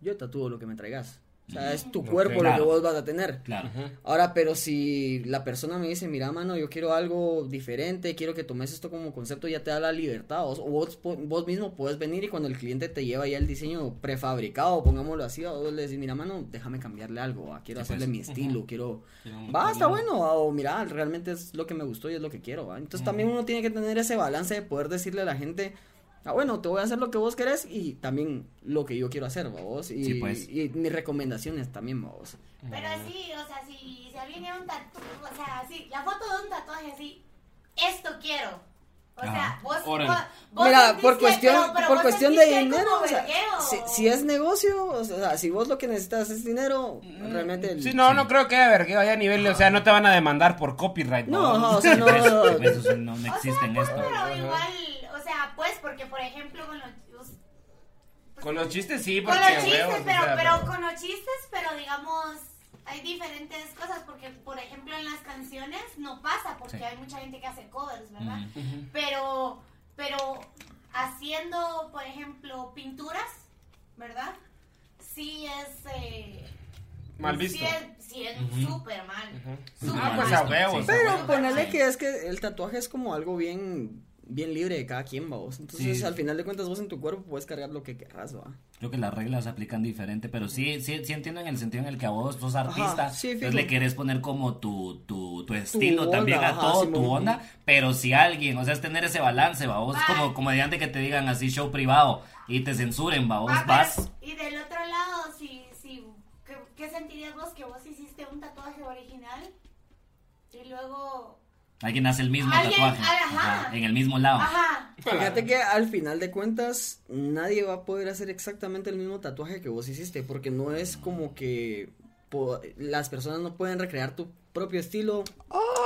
Speaker 5: yo tatúo lo que me traigas. O sea, es tu
Speaker 1: Ok.
Speaker 5: cuerpo lo que
Speaker 3: Claro.
Speaker 5: vos vas a tener.
Speaker 3: Claro.
Speaker 5: Ahora, pero si la persona me dice, mira, mano, yo quiero algo diferente, quiero que tomes esto como concepto, ya te da la libertad. Vos, o vos, po- vos mismo puedes venir y cuando el cliente te lleva ya el diseño prefabricado, pongámoslo así, a vos le decís, mira, mano, déjame cambiarle algo, ah, quiero
Speaker 3: Sí,
Speaker 5: hacerle
Speaker 3: pues.
Speaker 5: mi estilo, quiero...
Speaker 3: Quiero
Speaker 5: Va, está
Speaker 3: modificarlo.
Speaker 5: bueno, ah, o mira, realmente es lo que me gustó y es lo que quiero. ah". Entonces también uno tiene que tener ese balance de poder decirle a la gente... Ah, bueno, te voy a hacer lo que vos querés y también lo que yo quiero hacer, vos. Y,
Speaker 3: Sí, pues.
Speaker 5: y mis recomendaciones también, vos.
Speaker 2: Pero sí, o sea, si, si alguien tiene un tatuaje, o sea, sí, la foto de un tatuaje así, esto quiero. O sea,
Speaker 3: Ajá.
Speaker 2: vos,
Speaker 1: Órale.
Speaker 2: vos, vos
Speaker 5: Mira,
Speaker 2: sentís
Speaker 5: por
Speaker 2: que-
Speaker 5: cuestión,
Speaker 2: pero- pero
Speaker 5: por
Speaker 2: vos
Speaker 5: cuestión de
Speaker 2: sentís que hay
Speaker 5: dinero,
Speaker 2: como
Speaker 5: o sea,
Speaker 2: vergueo.
Speaker 5: si, si es negocio, o sea, si vos lo que necesitas es dinero,
Speaker 2: Mm.
Speaker 5: realmente... el- Ah,
Speaker 1: Sí, no, no creo que haya vergueo haya nivel, o sea, no te van a demandar por copyright.
Speaker 5: No, ajá, o sea, no...
Speaker 3: Pues, pues, eso no, no
Speaker 2: O sea,
Speaker 3: existe en
Speaker 2: pues,
Speaker 3: esto.
Speaker 2: pero igual, o sea, pues, porque por ejemplo con los...
Speaker 1: Con los chistes sí,
Speaker 2: Con
Speaker 1: porque
Speaker 2: los chistes,
Speaker 1: huevos, o
Speaker 2: pero,
Speaker 1: sea,
Speaker 2: pero con los chistes, pero digamos, hay diferentes cosas, porque por ejemplo en las canciones no pasa, porque
Speaker 3: Sí.
Speaker 2: hay mucha gente que hace covers, ¿verdad? Pero, pero haciendo, por ejemplo, pinturas, ¿verdad? Sí es... eh,
Speaker 1: Mal
Speaker 2: sí
Speaker 1: visto.
Speaker 2: es- Sí es súper mal. súper
Speaker 1: Ah, pues
Speaker 2: mal.
Speaker 1: a huevos.
Speaker 3: Sí, sí.
Speaker 1: a
Speaker 5: Pero
Speaker 1: huevos.
Speaker 5: ponele que es que el tatuaje es como algo bien bien libre de cada quien, va, vos. Entonces,
Speaker 3: Sí.
Speaker 5: al final de cuentas, vos en tu cuerpo puedes cargar lo que querrás, va.
Speaker 3: Creo que las reglas se aplican diferente, pero sí, sí, sí entiendo en el sentido en el que a vos sos artista,
Speaker 5: sí,
Speaker 3: entonces
Speaker 5: fijo.
Speaker 3: le quieres poner como tu, tu, tu estilo también
Speaker 5: onda,
Speaker 3: a
Speaker 5: ajá,
Speaker 3: todo,
Speaker 5: sí,
Speaker 3: tu
Speaker 5: muy-
Speaker 3: onda, pero si alguien, o sea, es tener ese balance, va vos,
Speaker 2: Ay.
Speaker 3: como comediante que te digan así show privado y te censuren, va vos,
Speaker 2: Ah, pero-
Speaker 3: vas.
Speaker 2: y del otro lado, si, si, ¿qué, qué sentirías vos que vos hiciste un tatuaje original y luego...
Speaker 3: Alguien hace el mismo
Speaker 2: Alguien,
Speaker 3: tatuaje
Speaker 2: ajá.
Speaker 3: ajá, en el mismo lado.
Speaker 1: Ah.
Speaker 2: Ajá.
Speaker 5: Fíjate que al final de cuentas nadie va a poder hacer exactamente el mismo tatuaje que vos hiciste, porque no es como que po- las personas no pueden recrear tu propio estilo,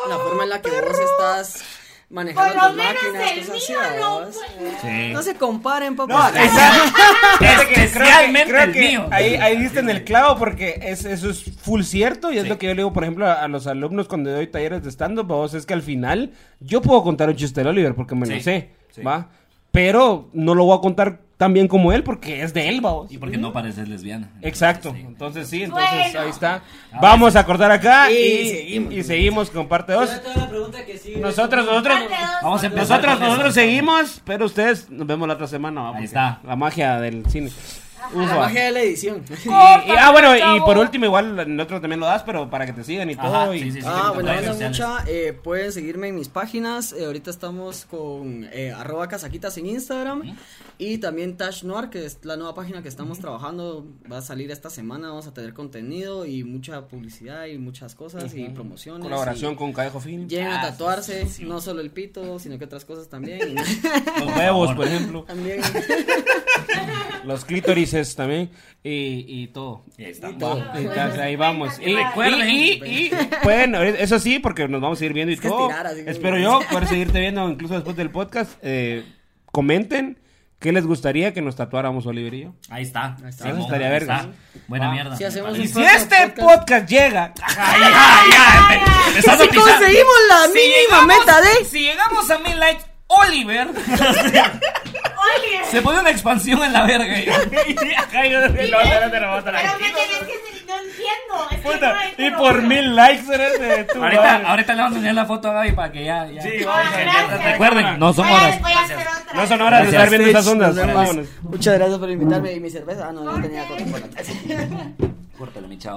Speaker 5: la forma en la que vos estás manejando
Speaker 2: ¡Oh, Por lo
Speaker 5: tus
Speaker 2: menos
Speaker 5: máquinas,
Speaker 2: el
Speaker 5: cosas así.
Speaker 2: mío no
Speaker 5: ¿verdad?
Speaker 1: Eh.
Speaker 2: fue-
Speaker 3: Sí.
Speaker 5: No se comparen,
Speaker 1: No,
Speaker 5: papá.
Speaker 1: exacto. Fíjate que creo que,
Speaker 3: Especialmente
Speaker 1: creo
Speaker 3: el
Speaker 1: que
Speaker 3: mío.
Speaker 1: Ahí, ahí diste en el clavo porque es, eso es full cierto y es
Speaker 3: Sí.
Speaker 1: lo que yo le digo, por ejemplo, a, a los alumnos cuando doy talleres de stand-up, vamos, es que al final yo puedo contar un chiste de Oliver porque me
Speaker 3: Sí,
Speaker 1: lo sé,
Speaker 3: sí.
Speaker 1: ¿va? Pero no lo voy a contar tan bien como él porque es de él, vamos.
Speaker 3: Y porque no pareces lesbiana. Entonces,
Speaker 1: Exacto,
Speaker 3: sí.
Speaker 1: entonces sí, entonces
Speaker 2: Bueno.
Speaker 1: ahí está. Vamos a cortar acá y,
Speaker 5: Y
Speaker 1: y seguimos,
Speaker 5: seguimos.
Speaker 1: con parte
Speaker 4: Yo
Speaker 1: 2.
Speaker 4: le tengo una pregunta que sí.
Speaker 1: Nosotros, nosotros,
Speaker 2: Parte dos.
Speaker 3: Vamos a empezar.
Speaker 1: nosotros,
Speaker 3: con eso.
Speaker 1: nosotros seguimos, pero ustedes nos vemos la otra semana. ¿va?
Speaker 3: Ahí
Speaker 1: Porque
Speaker 3: está.
Speaker 1: La magia del cine.
Speaker 2: Ajá.
Speaker 1: Ufa.
Speaker 5: La magia de la edición.
Speaker 1: Y- y- ah, bueno, y por último, igual en otro también lo das, pero para que te sigan y todo.
Speaker 3: Ajá,
Speaker 1: y-
Speaker 3: sí, sí, sí.
Speaker 5: Ah,
Speaker 3: tengo
Speaker 5: bueno,
Speaker 3: redes
Speaker 5: esa
Speaker 3: sociales.
Speaker 5: mucha. eh, pueden seguirme en mis páginas. eh, ahorita estamos con eh, arroba casaquitas en Instagram. Y también Tash Noir, que es la nueva página que estamos trabajando. Va a salir esta semana. Vamos a tener contenido y mucha publicidad y muchas cosas y promociones.
Speaker 1: Colaboración con Cadejo
Speaker 5: y
Speaker 1: Film.
Speaker 5: Lleguen a
Speaker 3: Ah,
Speaker 5: tatuarse,
Speaker 3: sí, sí, sí.
Speaker 5: no solo el pito, sino que otras cosas también.
Speaker 1: Los huevos, por ejemplo.
Speaker 5: también.
Speaker 1: Los clítorices también. Y, y todo.
Speaker 3: Y ahí está.
Speaker 5: todo.
Speaker 1: Y ta- ahí vamos. Y,
Speaker 2: Y
Speaker 3: recuerden.
Speaker 1: y- y- y pueden, eso sí, porque nos vamos a ir viendo y
Speaker 5: Es que
Speaker 1: todo.
Speaker 5: estirar, así que-
Speaker 1: Espero yo poder seguirte viendo incluso después del podcast. Eh, comenten qué les gustaría que nos tatuáramos Oliver y yo.
Speaker 3: Ahí está.
Speaker 5: Ahí está.
Speaker 3: Simón,
Speaker 1: Eso estaría
Speaker 3: ahí
Speaker 1: verga.
Speaker 3: está. Buena
Speaker 1: Va.
Speaker 3: mierda.
Speaker 5: Si
Speaker 3: me
Speaker 5: hacemos
Speaker 3: parece.
Speaker 1: Y
Speaker 5: un
Speaker 1: si este podcast llega
Speaker 3: ¡Ay, ay, ay! Me, me estás
Speaker 5: Si
Speaker 3: atizando.
Speaker 5: conseguimos la mínima meta de.
Speaker 6: Si llegamos a mil likes, Oliver
Speaker 2: Oliver,
Speaker 3: Se pone una expansión en la verga.
Speaker 2: pero me tienes que decir, no entiendo. Es que
Speaker 1: Puta,
Speaker 2: no hay
Speaker 1: y
Speaker 2: como-
Speaker 1: por mil likes eres de tu madre.
Speaker 3: ahorita, ahorita le vamos a enseñar la foto a Gaby para que ya. ya.
Speaker 2: Ah, gracias.
Speaker 3: Recuerden, no son
Speaker 2: Voy a-
Speaker 3: horas.
Speaker 2: voy a hacer otra.
Speaker 1: No son horas de
Speaker 3: Gracias.
Speaker 1: estar viendo esas ondas.
Speaker 5: Nos vemos.
Speaker 1: Vámonos.
Speaker 5: Muchas gracias por invitarme y mi cerveza. Ah, no, no tenía
Speaker 2: Ok.
Speaker 5: corte.
Speaker 3: Córtale, mi chavo.